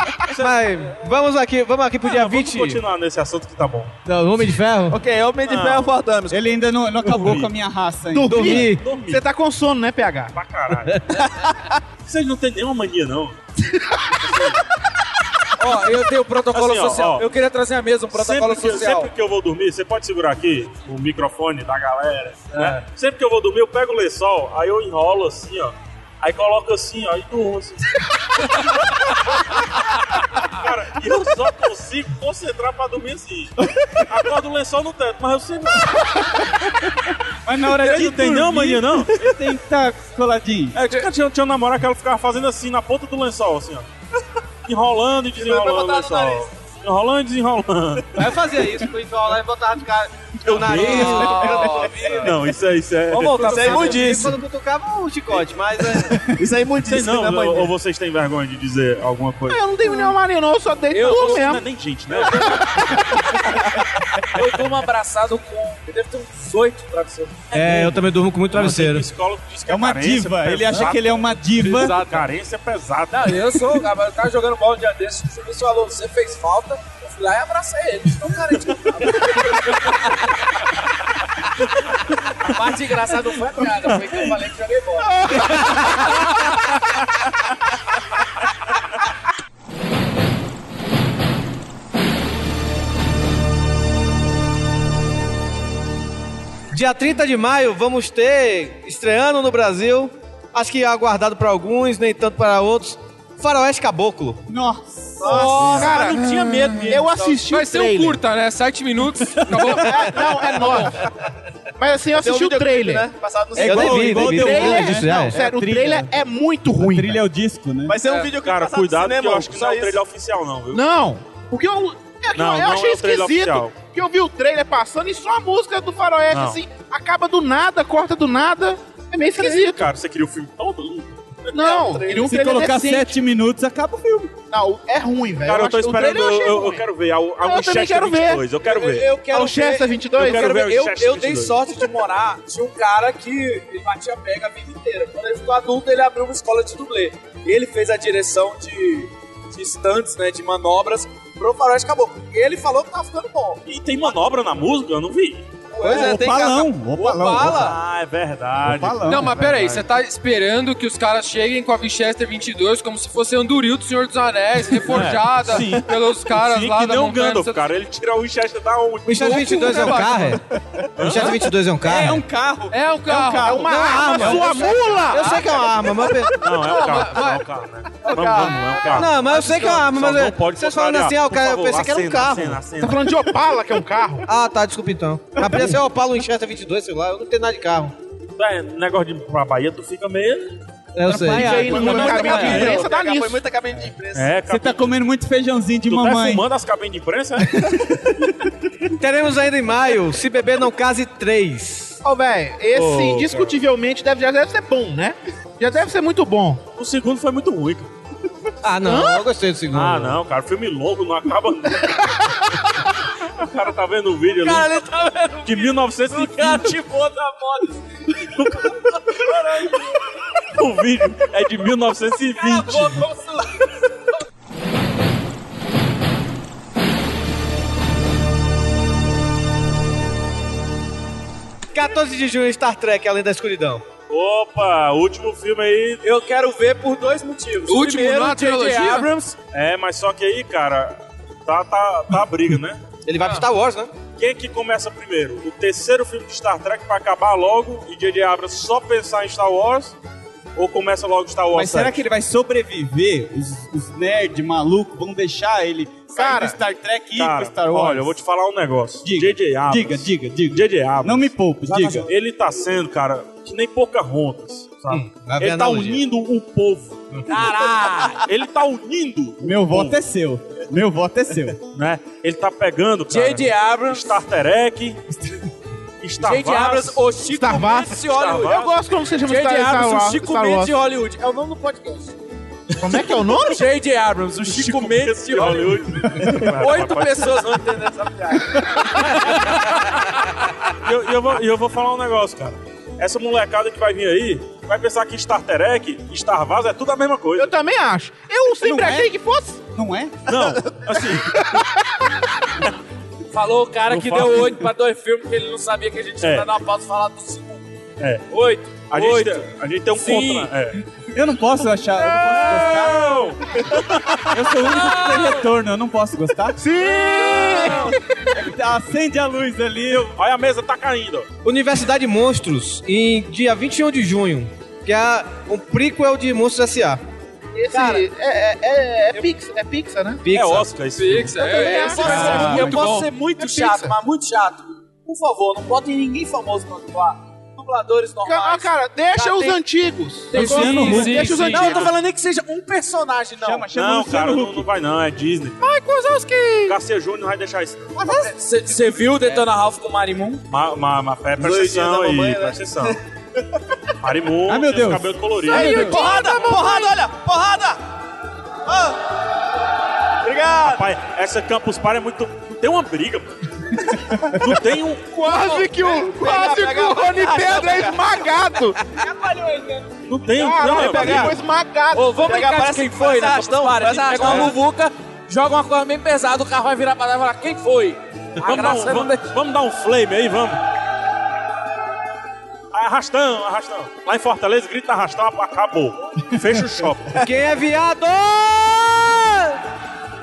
N: ó.
K: Mas vamos aqui, Ah, vamos aqui pro dia 20.
L: Vamos continuar nesse assunto que tá bom.
K: Não, Homem de é Ferro?
F: Ok, Homem
K: Ah.
L: de Ferro
F: for dummies.
N: Ele ainda não, não acabou
L: Dormi.
N: com a minha raça ainda.
A: Dormir? Você tá com sono, né, PH?
L: Pra caralho. Vocês não têm nenhuma mania, não.
D: Ó, eu tenho o protocolo
L: Assim, ó,
D: social.
L: ó.
D: eu queria trazer a mesa, um protocolo
L: sempre que, eu-
D: social.
L: sempre que eu vou dormir, você pode segurar aqui o microfone da galera. né? Sempre que eu vou dormir, eu pego o lençol, aí eu enrolo assim, ó. Aí coloco assim, ó, e durmo assim. Cara, eu só consigo concentrar pra dormir assim. Acordo o lençol no teto, mas eu sempre.
N: Mas na hora
L: Ele
N: de
L: não tem
N: dormir,
L: não, mania, não?
N: Ele tem que
K: tá
N: estar coladinho.
L: É,
K: tipo,
L: tinha, tinha, tinha um namorado que ela ficava fazendo assim na ponta do lençol, assim, ó. Enrolando e desenrolando o
K: botar no
L: lençol. Enrolando e desenrolando.
K: Vai fazer isso, com o Igual lá e botar de cara no nariz.
L: Não, isso é. Isso é...
K: Vamos voltar
L: isso é imundice.
K: Quando cutucava o chicote, mas. é-
F: Isso aí
L: Vocês
F: muitíssimo.
L: não, ou, ou vocês têm vergonha de dizer alguma coisa?
A: Eu não tenho nenhuma mania, não. Eu só deito
L: Eu
A: tudo
L: não
A: mesmo.
L: é nem gente, né?
D: Eu durmo um abraçado com. Eu devo ter uns oito travesseiros.
K: É, eu também durmo com muito travesseiro.
L: psicólogo diz que
N: É uma
L: carência
N: diva.
L: é
N: Ele acha que ele é uma diva.
L: pesada. Carência é pesada.
D: Não, Ah, eu sou. Eu tava jogando bola um dia desse, o Julius falou: você fez falta. Eu fui lá e abracei ele. Então, cara, A parte engraçada não foi a piada, foi que eu falei que joguei bola.
K: Dia 30 de maio vamos ter, estreando no Brasil, acho que é aguardado para alguns, nem tanto para outros, Faroeste Caboclo.
N: Nossa.
A: Nossa, cara,
K: não tinha medo mesmo.
A: Eu assisti
M: Vai
A: o
M: ser um
A: trailer.
M: curta, né? Sete minutos. Acabou.
A: É, não, é nove. Mas assim, eu
F: Tem um
A: assisti o
F: videoclipe,
A: trailer.
F: né? Passado no
K: É
F: cinema.
K: igual- igual
A: o
N: um
K: The Wall,
A: trailer,
K: né?
A: não,
K: É,
A: sério,
K: a
A: o trailer é muito ruim.
N: Trilha é o disco, né?
F: Vai ser um
L: É.
F: vídeo que
L: Cara,
F: passado no
L: cuidado que
F: cinema,
L: eu acho que
F: só
L: não é o
F: isso.
L: trailer oficial, não, viu?
A: Não, porque eu, é que
L: Não,
A: eu, eu
L: não
A: achei
L: é o trailer oficial.
A: esquisito que eu vi o trailer passando e só a música do faroeste,
L: Não.
A: assim, acaba do nada, corta do nada. É meio esquisito.
L: Cara, você queria o filme todo?
A: Não, queria um
N: Se
A: trailer
N: colocar
A: decente.
N: sete minutos, acaba o filme.
A: Não, é ruim, velho.
L: Cara, eu tô
A: acho- o
L: esperando.
A: trailer
L: Eu,
A: achei
L: eu,
A: ruim.
L: quero ver. A, é a
A: Eu também
L: Winchester
A: quero ver.
L: 22, Eu quero ver.
D: Eu quero
A: Ah, o Chester
D: ver-
A: 22?
L: Eu quero
D: Eu,
L: ver o
D: eu,
L: Chester
D: eu dei
L: 22.
D: sorte de morar de um cara que ele batia pega a vida inteira. Quando ele ficou adulto, ele abriu uma escola de dublê. Ele fez a direção de, de stunts, né, de manobras pro Faroeste Caboclo. Ele falou que tava ficando bom.
L: E tem manobra na música? Eu não vi.
D: Pois
K: é,
N: O palão. O palão.
D: Opala.
L: Ah, é verdade.
N: Palão.
M: Não, mas peraí,
L: Verdade.
M: você tá esperando que os caras cheguem com a Winchester 22 como se fosse a Anduril do Senhor dos Anéis, reforjada
L: É, sim.
M: pelos caras
L: Sim,
M: lá
L: que
M: da
L: nem o
M: montanha.
L: Gandalf, cara. Ele tira o Winchester da onde?
K: O Winchester 22 é um carro? é? O Winchester 22 é um carro?
N: É um carro.
M: É um carro.
K: É uma arma, sua mula! Eu sei que é uma arma, mas...
L: Não, é um carro. É um carro, né? Vamos, vamos, é um carro.
K: Não, mas eu sei que é uma arma, mas...
L: Só não pode
K: Vocês falando
L: contrariar.
K: assim, ah, o
L: Por
K: cara, eu
L: favor,
K: pensei que era um
L: acena,
K: carro.
L: acena, acena.
A: Tá falando de Opala, que é um carro.
K: Ah, tá, desculpa então. Mas podia ser o Opala Winchester 22, sei lá, eu não tenho nada um de carro.
L: É, negócio de ir pra Bahia, tu fica meio.
K: Eu sei.
A: E aí,
N: Foi
A: no
N: muita
A: cabine de
N: cabine.
A: imprensa, dá
F: Foi
A: nisso.
F: muita cabine de imprensa.
L: É,
N: Você
L: cara.
N: tá comendo muito feijãozinho de
L: Tu tá
N: mamãe.
L: fumando as cabines de imprensa? é?
K: Teremos ainda em maio, Se Beber Não Case 3.
A: Ô, velho, esse
L: Ô,
A: indiscutivelmente deve, já deve ser bom, né? Já deve ser muito bom.
L: O segundo foi muito ruim, cara.
K: Ah, não, eu gostei do segundo.
L: Ah, não, cara, filme longo não acaba nunca. o cara tá vendo o vídeo ali.
D: Cara, ele tá vendo
L: de 1950.
D: ativou da moto.
L: O vídeo é de 1920.
D: Botou o celular.
K: não. 14 de junho, Star Trek, Além da Escuridão.
L: Opa, último filme aí.
D: Eu quero ver por dois motivos.
M: O último
D: Primeiro,
M: não é a
D: J.J.
M: trilogia?
D: Abrams.
L: É, mas só que aí, cara, Tá, tá, tá a briga, né?
P: Ele vai pro Star Wars, né?
L: Quem é que começa primeiro? O terceiro filme de Star Trek pra acabar logo e J.J. Abrams só pensar em Star Wars? Ou começa logo Star Wars?
Q: Mas será
L: sete?
Q: que ele vai sobreviver? Os, os nerds malucos vão deixar ele sair do Star Trek e ir
L: Cara,
Q: pro Star Wars?
L: Olha, eu vou te falar um negócio.
Q: Diga.
L: J.J. Abrams.
Q: Diga, diga,
L: diga. J.J. Abrams.
Q: Não me poupe,
L: Sabe,
Q: diga.
L: Ele tá sendo, cara, que nem Pocahontas, sabe?
Q: lá vem
L: ele
Q: a
L: tá
Q: Hum, analogia.
L: unindo o povo. Caralho! ele tá unindo.
Q: Meu voto é seu. Meu voto é seu.
L: né? Ele tá pegando, cara.
Q: J.J.
L: Abrams. Star Trek. Star
Q: J.J. Abrams,
L: o
A: Chico Star Wars. Mendes de Hollywood. Star Wars. Eu gosto quando você chama
K: J.J.
A: Star- Star
K: Abrams, o
A: Wars-
K: Chico
A: Star
K: Mendes
A: Wars.
K: de Hollywood. É o nome do podcast.
A: Como é que é o nome?
K: J.J. Abrams, o Chico, Mendes de Hollywood. É Oito pessoas vão entender essa piada.
L: E eu, e eu vou, e eu vou falar um negócio, cara. Essa molecada que vai vir aí vai pensar que Star Trek e Star Wars é tudo a mesma coisa. Eu
A: também acho. Eu sempre achei que fosse.
Q: Não é?
L: Não, assim,
K: Falou o cara
L: Não
K: que
L: fala.
K: deu oito pra dois filmes que ele não sabia que a gente
L: É.
K: ia dar uma pausa e falar dos cinco.
L: é.
K: Oito.
L: A gente,
K: oito.
L: tem- a gente tem um
K: Sim.
L: contra. É.
Q: Eu não posso achar.
L: Eu, não
Q: posso gostar. eu sou o único que tem retorno, eu não posso gostar?
A: Sim!
Q: Acende a luz ali. eu-
L: Olha a mesa, tá caindo. ó.
D: Universidade Monstros, em dia 21 de junho, que é um prequel de Monstros S.A.
A: Esse é, é, é, é Pix- é Pixar, né?
D: Pixar.
L: Oscar esse filme.
D: Pixar, é,
A: é,
D: é,
A: é,
D: esse
A: é,
D: vai ser
A: é,
D: muito
A: bom.
K: ser muito
A: É
K: chato,
A: pizza.
K: mas muito chato. Por favor, não botem ninguém famoso pra atuar. Dubladores normais.
A: Ah, cara, deixa
K: Já
A: os
K: tem-
A: antigos.
K: Tem
A: Luciano
K: sim,
A: Huck.
K: sim,
A: Deixa os
K: sim.
A: antigos.
K: Não, eu tô falando nem que seja um personagem, não.
L: não, cara, não, não vai não, é Disney.
K: Ai, Kozowski!
L: Garcia Júnior vai deixar isso.
K: Você viu o Detona Ralph com o Marimun?
L: Mas ma, ma, é, presta
K: Doidinho
L: atenção
K: da
L: aí,
K: mamãe, né?
L: presta atenção. Marimun,
Q: Ai, meu
L: tem os
Q: Deus.
L: cabelos coloridos.
Q: Ai, meu Deus.
R: Porrada, porrada, olha! Porrada!
K: Ah.
L: Obrigado! Rapaz, essa Campus Party é muito. Não tem uma briga, pô. Não tem um.
A: Quase que o, quase
L: pega,
A: que o
L: pega.
A: Rony Pedro é esmagado.
L: Não tem um.
A: Caralho,
L: não,
A: pega-
L: não,
A: foi esmagado.
K: Ô, vamos
A: Pega,
K: brincar de
A: parece-
K: quem foi, né?
A: parece astão,
K: Para, a
A: parece
K: gente pega uma
A: astão.
K: muvuca, joga uma coisa bem pesada, o carro vai virar pra trás e falar quem foi. A
L: Vamos dar,
K: graça
L: um,
K: é não
L: vamos, vamos dar um flame aí, vamos. Arrastão, arrastão. Lá em Fortaleza, grita arrastão, acabou. Fecha o shopping.
D: Quem é viado?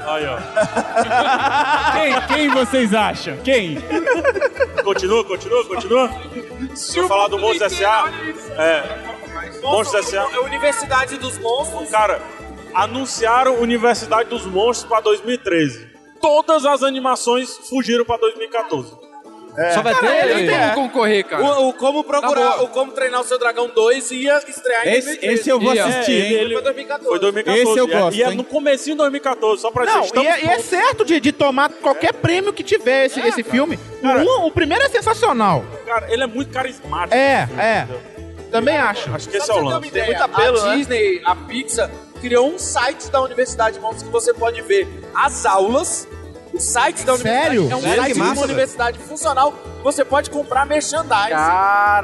L: Aí, ó.
Q: Quem, quem vocês acham? Quem?
L: Continua, continua, continua. Se eu falar do Monstros S.A. É. Monstros S.A.
K: É a Universidade dos Monstros.
L: Cara, anunciaram Universidade dos Monstros pra 2013. Todas as animações fugiram pra 2014.
D: Só vai
K: Cara,
D: ter.
K: ele tem
L: É.
K: um
Q: concorrer,
L: cara.
K: O, o Como Procurar,
L: Acabou.
K: o Como Treinar o Seu Dragão 2 ia estrear em
Q: Esse-
K: 2013.
Q: esse eu vou
K: Ia.
Q: assistir,
K: É, ele-
Q: hein?
K: ele Foi 2014.
L: Foi 2014.
Q: Esse eu
L: E é-
Q: gosto,
L: E é
Q: hein?
L: no comecinho de 2014, só pra
A: Não,
L: dizer,
A: e é, e é certo de, de tomar qualquer prêmio que tiver esse, esse filme. Um- o primeiro é sensacional.
L: Cara, ele é muito carismático.
A: É, é. Também acho.
L: Acho que esse
K: Só
L: é o
K: pra você ter uma
L: lance.
K: ideia,
D: né?
K: a Disney, a Pixar, criou um site da Universidade de Montes que você pode ver as aulas. O site da universidade
A: Sério?
K: é um
A: Sério?
K: site
A: Que
K: de
A: massa,
K: uma
A: velho.
K: universidade funcional. Você pode comprar merchandising. Tipo, as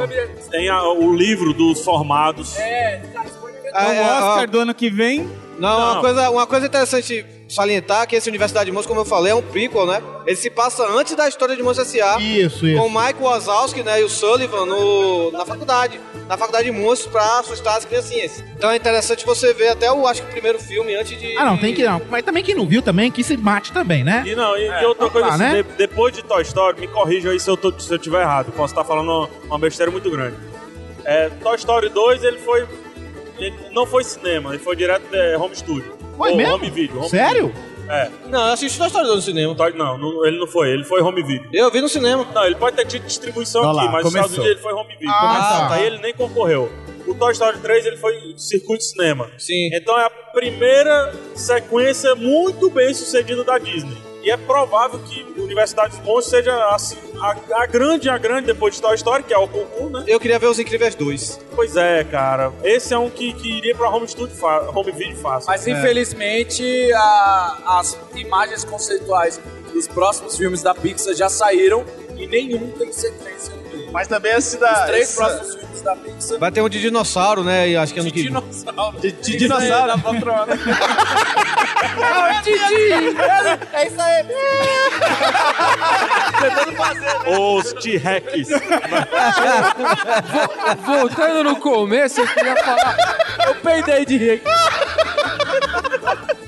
K: câmeras-
L: Tem a- o livro dos formados.
K: É, cara,
D: Ah, é, ó.
Q: do ano que vem.
D: Não,
L: Não.
D: Uma, coisa, ah, uma coisa interessante salientar é que esse Universidade de Monstros, como eu falei, é um prequel, né? Ele se passa antes da história de Monstros S.A.
A: Isso, isso.
D: Com o Michael Wazowski né, e o Sullivan no, na faculdade. Na faculdade de monstros pra assustar as criancinhas. Então é interessante você ver até o, acho que o primeiro filme antes de...
A: Ah, não, tem que não. Mas também quem não viu também, que se mate também, né?
L: E não, e, e outra
A: Vamos
L: coisa,
D: Ah,
A: lá,
L: assim,
A: né?
L: de- depois de Toy Story, me corrija aí se eu, tô, se eu tiver errado. Posso estar falando uma, uma besteira muito grande. É, Toy Story 2, ele foi. Ele não foi cinema, ele foi direto é, home studio.
D: Foi
L: Ou
D: mesmo?
L: Home video. home
D: Sério?
L: video. É.
D: Não, eu assisti Toy Story 2 no cinema.
L: Toy- Não, não, ele não foi, ele foi home video.
D: Eu vi no cinema.
L: Não, ele pode ter tido distribuição
Q: Olha
L: aqui,
Q: lá,
L: mas nos Estados
Q: começou.
L: Unidos ele foi home video.
Q: Ah, tá.
L: Aí ele nem concorreu. O Toy Story 3 ele foi circuito de cinema.
D: Sim.
L: Então é a primeira sequência muito bem sucedida da Disney. E é provável que Universidade dos Monstros seja assim, a, a grande, a grande depois de Toy Story, que é o concurso, né?
D: Eu queria ver Os Incríveis 2.
L: Pois é, cara. Esse é um que, que iria pra home, studio fa- home video fácil. É.
K: Mas infelizmente a- as imagens conceituais dos próximos filmes da Pixar já saíram e nenhum tem sequência.
S: Mas também esse
K: Os
S: da.
K: três
S: esse-
K: próximos filmes da Pixar.
D: Vai ter um de dinossauro, né? E acho
K: é
D: que ano que vem.
K: Dinossauro.
D: de dinossauro.
K: Da patrona. É o Didi. É isso aí.
R: Tentando fazer.
L: Os T-Rex.
T: Voltando no começo, eu queria falar.
K: Eu peidei de rir.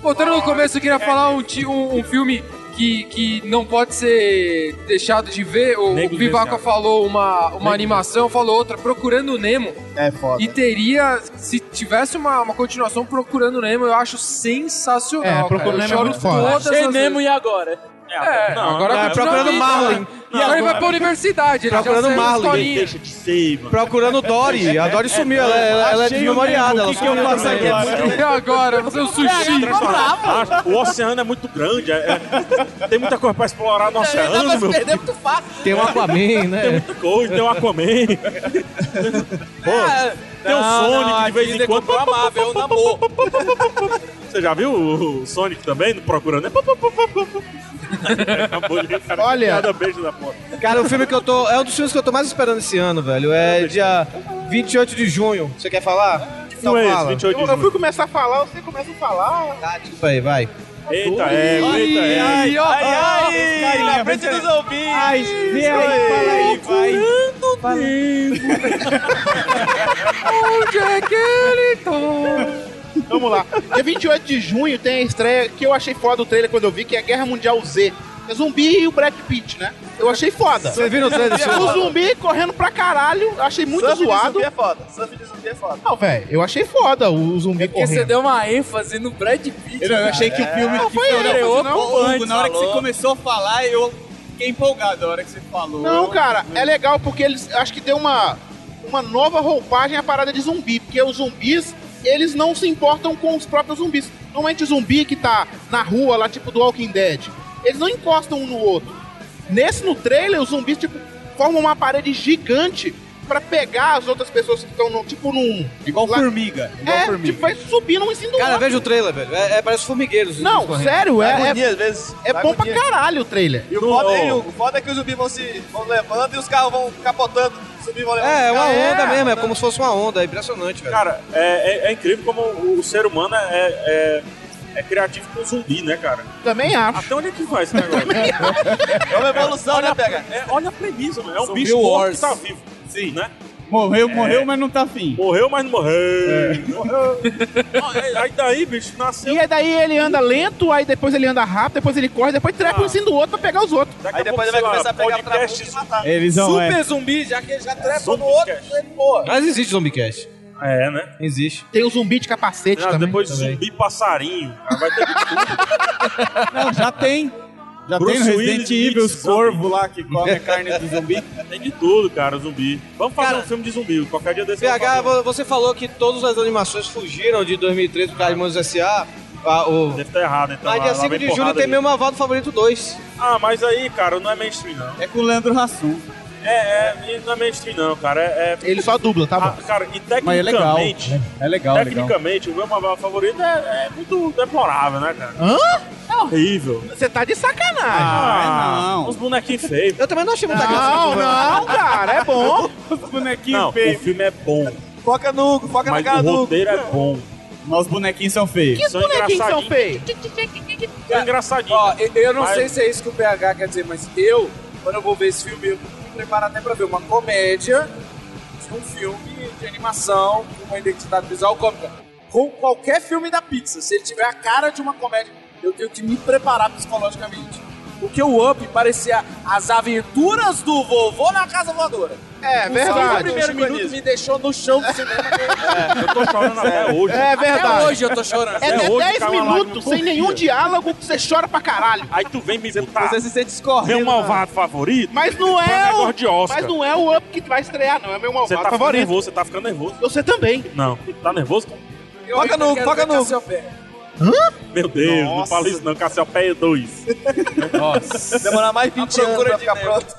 M: voltando no começo, eu queria falar um, ti- um, um filme que, que não pode ser deixado de ver. O, o Pivaca falou uma, uma animação, falou outra, Procurando o Nemo.
F: É foda.
M: E teria, se tivesse uma, uma continuação Procurando o Nemo, eu acho sensacional.
D: É,
M: cara.
D: Procurando
M: Eu
D: Nemo é
M: choro
D: muito foda.
M: todas
D: Achei
M: as
D: Nemo
M: vezes.
D: e agora?
M: É,
D: Não,
M: agora
D: não, é
M: continua
D: Procurando
M: aí,
D: Marlin.
M: cara.
D: E
M: E agora ele vai
D: agora?
M: pra universidade. ele já
K: Procurando
M: saiu da
K: Marlin.
M: historinha.
L: de ser, mano.
K: Procurando Dory. A Dory sumiu, ela, ela, ela é
L: Achei o
K: desmemoriada.
L: Nemo,
K: Ela
L: o que que eu
K: sumiu.
L: faço aqui?
M: E agora? Fazer um sushi.
L: Ah, o oceano é muito grande, é- é- tem muita coisa É, pra explorar no oceano, meu filho.
H: muito fácil.
K: Tem um Aquaman, né?
L: Tem muita coisa, Ah, tem um Aquaman. Pô, tem o
H: não,
L: Sonic
H: não,
L: de vez
H: aqui
L: em quando. é
H: comprou a Marvel, na boa.
L: Você já viu o o Sonic também no procurando? né? Acabou de- Tá cara,
K: Olha.
L: piada beijo da porra.
K: Cara, o filme que eu tô. É um dos filmes que eu tô mais esperando esse ano, velho. É dia 28 de junho. Você quer falar? Então
A: Não é esse,
K: fala.
A: 28 de Eu- eu fui junho.
K: começar a falar, você começa a falar. Tá, desculpa aí, vai.
L: Eita,
K: é, eita, é.
H: Ai, ó,
K: Ai,
H: ó,
K: ai,
H: caiu
K: ai,
H: na frente dos ouvintes.
K: Ai, vem aí, fala aí,
H: vai.
M: Onde é que ele tá?
A: Vamos lá. Dia 28 de junho tem a estreia que eu achei foda o trailer quando eu vi, que é Guerra Mundial Z. É zumbi e o Brad Pitt, né? Eu achei foda.
K: Você viu no trailer desse
A: O
K: filme?
A: zumbi correndo pra caralho, achei muito
F: Surf de
A: zoado.
F: zumbi é foda. Surf de zumbi é foda.
A: Não, velho, eu achei foda o zumbi
D: Porque
A: correndo. É,
D: você deu uma ênfase no Brad Pitt.
O: Eu, não, eu achei que o filme que foi
D: estreou
O: não,
D: pouco
O: Hugo,
D: antes,
O: na hora que você
D: falou.
O: começou a falar, eu fiquei empolgado na hora que você falou.
A: Não, cara, é legal porque eles acho que deu uma, uma nova roupagem à parada de zumbi, porque os zumbis, eles não se importam com os próprios zumbis. Normalmente zumbi que tá na rua lá, tipo do Walking Dead, eles não encostam um no outro. Nesse no trailer, os zumbis tipo formam uma parede gigante pra pegar as outras pessoas que estão no tipo num
N: Igual
A: lá-
N: formiga. Igual
A: é,
N: formiga.
A: tipo, vai subindo um em cima do
K: Cara,
A: outro.
K: veja o trailer, velho. É, é- parece formigueiros.
A: Não, sério, é, é,
F: agonia, às vezes.
A: é
F: Dá
A: bom pra
F: agonia.
A: caralho o trailer.
F: E o foda, é, o foda é que os zumbis vão se vão levando e os carros vão capotando. Os zumbis vão levando. né?
K: É, é uma
F: Cara,
K: onda mesmo, é como se fosse uma onda. É impressionante, velho.
L: Cara, é, é- é incrível como o, o ser humano é, é, é criativo com zumbi, né, cara?
A: Também acho.
L: Até onde é que vai esse negócio?
F: É uma evolução, né, Pega?
L: É, olha a premissa, mano. É um
F: Zumbi
L: bicho morto
F: Wars.
L: que tá vivo. Sim. Né?
N: Morreu,
L: É.
N: morreu, mas não tá fim.
L: Morreu, mas não morreu.
N: É.
L: Não, é- Aí daí, bicho, nasceu.
A: E aí daí ele anda lento, aí depois ele anda rápido, depois ele corre, depois
L: Ah.
A: trepa um cima do outro pra pegar os outros.
L: Daqui a pouco, sei lá, podcast
N: Eles vão,
A: Super
N: é.
D: zumbi, já que ele já trepa
L: Zumbi
D: no outro.
L: cast.
D: ele, pô.
K: Mas existe Zombicast.
L: É, né?
K: Existe.
A: Tem o zumbi de capacete
L: Ah,
A: também.
L: depois
A: Também.
L: zumbi passarinho. Cara, vai ter
N: Não, Ah, já tem. Já
L: Bruce
N: tem no Resident
L: Willis,
N: Evil os
L: zumbi.
N: corvos lá que comem a carne do zumbi.
L: Tem de tudo, cara, zumbi. Vamos fazer
K: Cara,
L: um filme de zumbi. Qualquer dia desse. eu vou
K: PH,
L: fazer.
K: vo- você falou que todas as animações fugiram de 2013 por causa de Manos S.A. Ah, o...
L: Deve estar errado, então.
K: Mas
L: lá-
K: dia
L: lá
K: 5
L: vem
K: de julho
L: porrada
K: tem
L: aí.
K: meu Malvado Favorito 2.
L: Ah, mas aí, cara, não é mainstream, não.
N: É com o Leandro Hassum.
L: É, é, e não é mainstream, não, cara. É, é-
A: Ele só dubla, tá
L: Ah,
A: bom.
L: cara, e
N: Mas é legal.
L: tecnicamente.
N: É legal, legal.
L: Tecnicamente, o meu Marvel favorito é, é muito deplorável, né, cara?
A: Hã?
L: É horrível.
A: Você tá de sacanagem.
L: Ah, não. Os bonequinhos feios.
K: Eu também não achei muita graça.
A: Não, não, cara, é bom.
N: Os bonequinhos
L: Não, o
N: feios.
L: filme é bom.
F: Foca no Hugo, foca
L: Mas
F: na cara
L: o
F: do Hugo.
L: roteiro é bom.
N: Mas os bonequinhos são feios.
A: Que os
L: São
A: bonequinhos são feios?
L: É engraçadinho.
D: Ó, eu, eu não
L: Mas-
D: sei se é isso que o PH quer dizer, mas eu, quando eu vou ver esse filme, eu me preparo até pra ver uma comédia, um filme de animação, com uma identidade visual cômica. Com qualquer filme da Pixar, se ele tiver a cara de uma comédia, eu tenho que me preparar psicologicamente. Porque o Up parecia as aventuras do vovô na casa voadora.
A: É
D: O
A: verdade.
D: primeiro minuto me deixou no chão do cinema.
L: Eu tô chorando até hoje.
A: É verdade.
D: Até hoje eu tô chorando.
A: É,
L: Até hoje
A: 10
L: cai uma lágrima
A: minutos
L: por
A: sem
L: dia.
A: nenhum diálogo que você chora pra caralho.
L: Aí tu vem me botar
O: Você se sente escorrendo.
L: meu
K: né?
L: malvado favorito.
A: Mas não
L: Pra
A: é o.
L: negócio de Oscar.
A: Mas não é o up que vai estrear, não. É meu
L: Você
A: malvado
L: tá ficando
A: favorito.
L: nervoso, você tá ficando nervoso.
A: Você também.
L: Não, tá nervoso? cara?
D: Foca
O: no- foca no-
L: Meu Deus, não
F: Nossa.
L: fala isso não, Cassiopeia 2.
F: Vai Demorar mais 20 anos pra ficar pronto.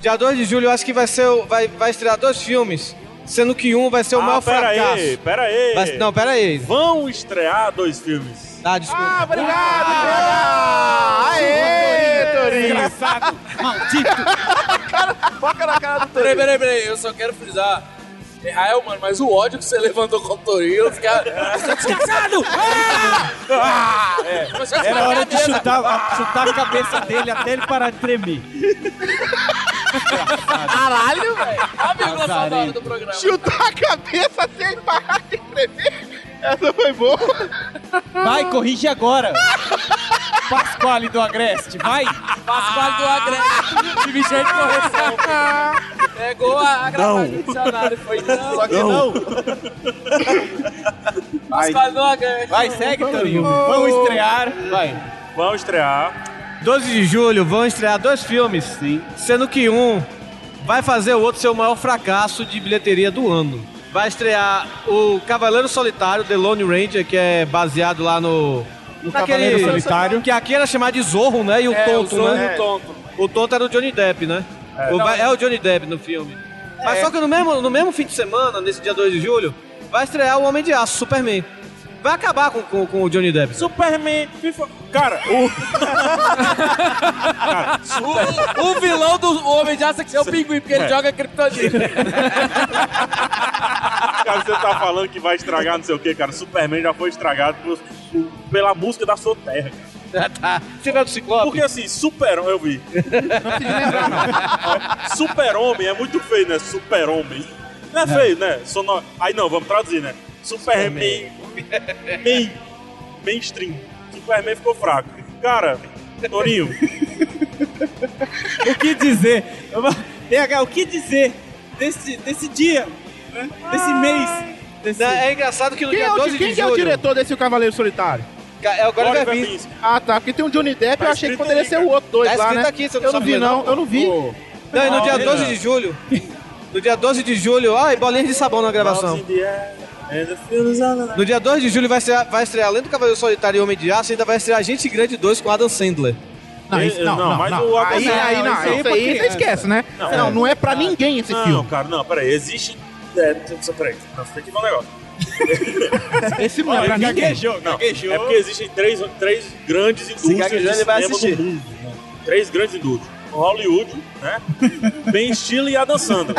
K: Dia 2 de julho eu acho que vai ser. o- Vai, vai estrear dois filmes, sendo que um vai
D: Ah,
K: ser o maior
L: pera
K: fracasso.
L: aí, pera aí.
K: Vai- não, pera aí.
L: Ah, Vão estrear dois filmes.
K: Ah, desculpa.
A: Ah, obrigado, ah, Aê, Torinho.
N: Engraçado. Maldito.
F: Foca na cara do
D: Peraí,
F: Torinho.
D: peraí, peraí, eu só quero frisar. Israel, mano, mas o ódio que você levantou com o Torinho, eu ficar. Desgraçado! Ah!
L: É.
D: Mas
N: Era hora de
D: mesa.
N: chutar, a- chutar a cabeça dele até ele parar de tremer.
D: Caralho, velho. A vírgula só da hora
A: Azarento.
D: do programa.
A: Chutar tá a cabeça sem parar de escrever. Essa foi boa.
N: Vai, corrige agora. Pasquale do Agreste, vai.
D: Pascoal do Agreste. Dirigente de correção. Pegou a, a gravata do dicionário. Foi não.
N: Só que não.
D: Pascoal do Agreste.
N: Vai, segue, Torinho. Vamos estrear. Vai.
L: Vamos estrear.
K: 12 de julho vão estrear dois filmes. Sim. Sendo que um vai fazer o outro ser o maior fracasso de bilheteria do ano. Vai estrear o Cavaleiro Solitário, The Lone Ranger, que é baseado lá no. O
D: Tá
N: Cavaleiro Solitário.
K: Que aqui era chamado de Zorro, né? E o
N: É, o
K: Tonto,
N: Zorro
K: né?
N: e o Tonto.
K: O Tonto era o Johnny Depp, né?
N: É.
K: O- vai- É, o Johnny Depp no filme. Mas só que no mesmo, no mesmo fim de semana, nesse dia 2 de julho, vai estrear o Homem de Aço, Superman. Vai acabar com, com, com o Johnny Depp.
L: Superman, FIFA. Cara, o.
D: O, o vilão do Homem de Aço tem que ser o pinguim, porque ele
L: É.
D: joga
K: tá
D: criptonita.
L: Cara, você tá falando que vai estragar não sei o que, cara. Superman já foi estragado pelos- pela música da sua terra, cara.
K: Tá. Você vai do Ciclope?
L: Porque assim, Super-Homem, eu vi. Super-Homem é muito feio, né? Super-Homem. Não é feio, né? Sonor... Aí não, vamos traduzir, né? Superman. Main. Mainstream. Superman ficou fraco. Cara, Torinho.
N: O que dizer? Eu vou- PH, o que dizer desse, desse dia, né? desse mês? desse-
K: Ah. É engraçado que no
A: Quem,
K: dia
A: é o,
K: 12
A: di- quem
K: de
A: que é o
K: julho-
A: diretor desse Cavaleiro Solitário?
K: É o Gore Gore Verbinski.
A: Ah, tá. Porque tem um Johnny Depp, eu achei que poderia ser o outro dois
K: Tá
A: lá,
K: escrito
A: né?
K: aqui, você não
A: eu não
K: sabe
A: vi,
K: ler, não.
A: não. Eu não vi.
K: Não, e no
A: Não,
K: dia
A: não.
K: 12 de julho. No dia 12 de julho. Ai, bolinhas de sabão na gravação. No dia 2 de julho vai estrear, vai estrear além do Cavaleiro Solitário e Homem de Aço, ainda vai estrear Gente Grande 2 com Adam Sandler.
A: Não, isso- não, não, mas o Adam Aí- aí não, isso aí você esquece, né? Não, Não, não é pra ninguém esse
L: não,
A: filme.
L: cara, não, peraí. Existe. É, tem- só peraí. Nossa, tem que ver um negócio.
A: Esse
L: não
A: é pra ninguém.
L: Não, é porque existem três, três grandes indústrias de
N: gaguejando, ele vai
L: cinema
N: assistir.
L: no mundo. né? Três grandes indústrias. O Hollywood, né? Ben Stiller e Adam Sandler.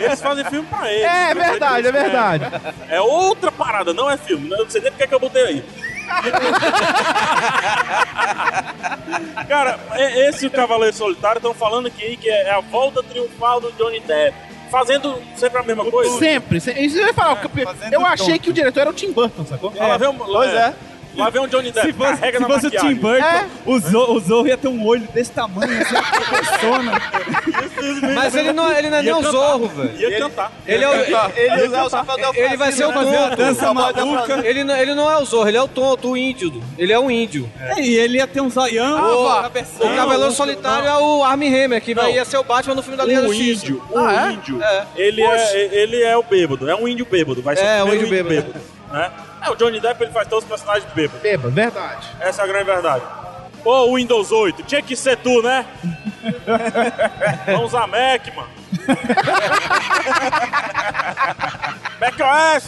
L: eles fazem filme pra eles.
A: É, é
L: Eles-
A: verdade, é verdade.
L: É outra parada, não é filme. Não sei nem porque é que eu botei aí. Cara, é- esse o Cavaleiro Solitário estão falando aqui que é a volta triunfal do Johnny Depp. Fazendo sempre a mesma coisa.
A: Sempre. sempre. Isso eu ia falar. eu- eu achei
L: tonto.
A: que o diretor era o Tim Burton, sacou?
L: Ah, lá vem um,
A: Pois é.
L: Lá vem um Johnny Depp.
N: Se fosse,
L: carrega
N: se
L: na
N: fosse o
L: maquiagem.
N: Tim Burton, o, Zo- o Zorro ia ter um olho desse tamanho, assim, persona.
K: Mas ele não, ele não
N: Ia
K: é nem o
N: cantar.
K: Zorro, velho.
L: Ia cantar.
K: Ele é o.
F: Ele usar o chapéu da
K: Ele vai ser o
N: fazer a
K: tonto.
N: dança maluca.
K: Ele não, ele não é o Zorro, ele é o tonto, o índio. Ele é um índio.
N: E ele ia ter um zoião,
K: O-
N: uma
K: o Cavaleiro Solitário é o Armin Hammer, que vai, ia ser o Batman no filme da Liga da
L: O
K: Justiça.
L: índio, o
K: Ah, é?
L: índio.
K: É.
L: Ele,
K: Oxe.
L: é, ele é o bêbado, é um índio bêbado. Vai ser
K: É,
L: o
K: um
L: primeiro
K: índio bêbado.
L: né? É, o Johnny Depp ele faz todos os personagens bêbados.
A: Bêbado, verdade.
L: Essa é a grande verdade. Ô, Windows 8, tinha que ser tu, né? Vamos usar Mac, mano. Mac OS!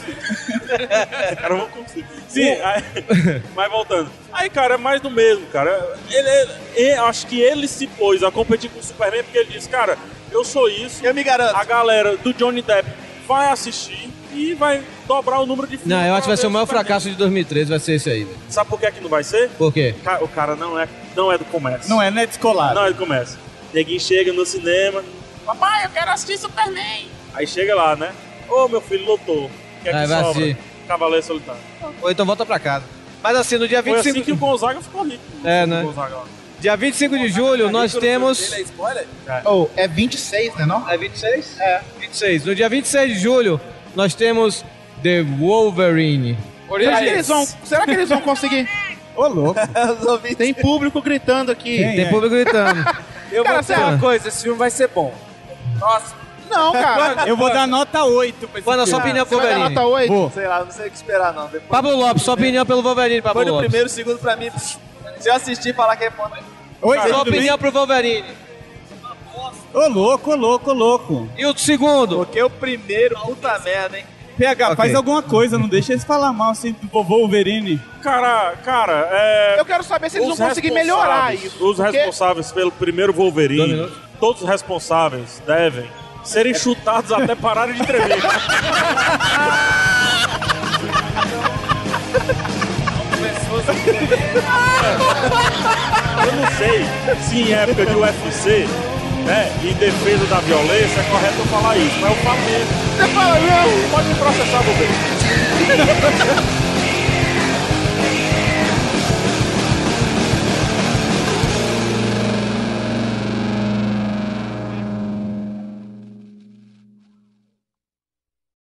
L: cara, vamos conseguir. Sim, aí- mas voltando. Aí, cara, é mais do mesmo, cara. Ele, ele- eu acho que ele se pôs a competir com o Superman porque ele disse, cara, eu sou isso. Eu me garanto. A galera do Johnny Depp vai assistir e vai dobrar o número de filmes.
K: Não, eu acho que vai ser o maior
L: Superman.
K: fracasso de 2013, vai ser esse aí, velho.
L: Sabe por que, é que não vai ser?
K: Por quê?
L: Ca- O cara não é, não é do comércio.
N: Não é, né? Descolado.
L: Não é do comércio. Neguinho chega no cinema,
H: Papai, eu quero assistir Superman.
L: aí chega lá, né? Ô meu filho, lotou. O que é
K: Aí
L: que
K: vai
L: sobra?
K: assistir.
L: Cavaleiro Solitário.
K: Ou então volta pra casa. Mas assim, no
N: É
K: dia
L: Foi
K: 25.
L: assim que o Gonzaga ficou rico.
K: É, né?
L: O Gonzaga lá.
K: Dia 25 de julho, nós temos.
A: Ou é 26, né, não?
K: É 26? É. 26. No dia 26 de julho, nós temos The Wolverine.
A: Será que, eles vão, será que eles vão conseguir?
N: Ô, louco.
A: Tem público gritando aqui.
K: Tem
N: é?
K: público gritando.
D: Eu
A: Cara,
D: vou
A: sei
D: dizer
A: lá.
D: uma coisa, esse filme vai ser bom. Nossa.
A: Não, cara.
N: Eu vou dar nota 8 pra esse
K: Manda sua
N: filme.
K: opinião pro Wolverine.
N: Vou.
F: Sei lá, não sei o que esperar, não. Depois-
K: Pablo Lopes, sua opinião pelo Wolverine, Pablo
F: Foi no
K: Lopes.
F: primeiro, segundo pra mim. pff, Se eu assistir, falar que é bom. né?
N: Oi,
K: Sua
N: tudo bem?
K: opinião pro Wolverine.
N: Ô, louco, ô, louco, ô, louco.
K: E o segundo?
F: Porque o primeiro, puta merda, hein?
N: PH,
K: Ok.
N: faz alguma coisa, não deixa eles falar mal assim do vovô Wolverine.
L: Cara, cara, é.
A: Eu quero saber se eles
L: os
A: vão conseguir
L: responsáveis-
A: melhorar isso.
L: Os
A: porque-
L: responsáveis pelo primeiro
K: Dois
L: Wolverine,
K: minutos.
L: todos os responsáveis devem serem chutados até pararem de tremer. Eu não sei se em época de UFC né, em defesa da violência, é correto é um eu falar isso, mas eu falo mesmo. Você fala mesmo? Pode me processar, bobeira.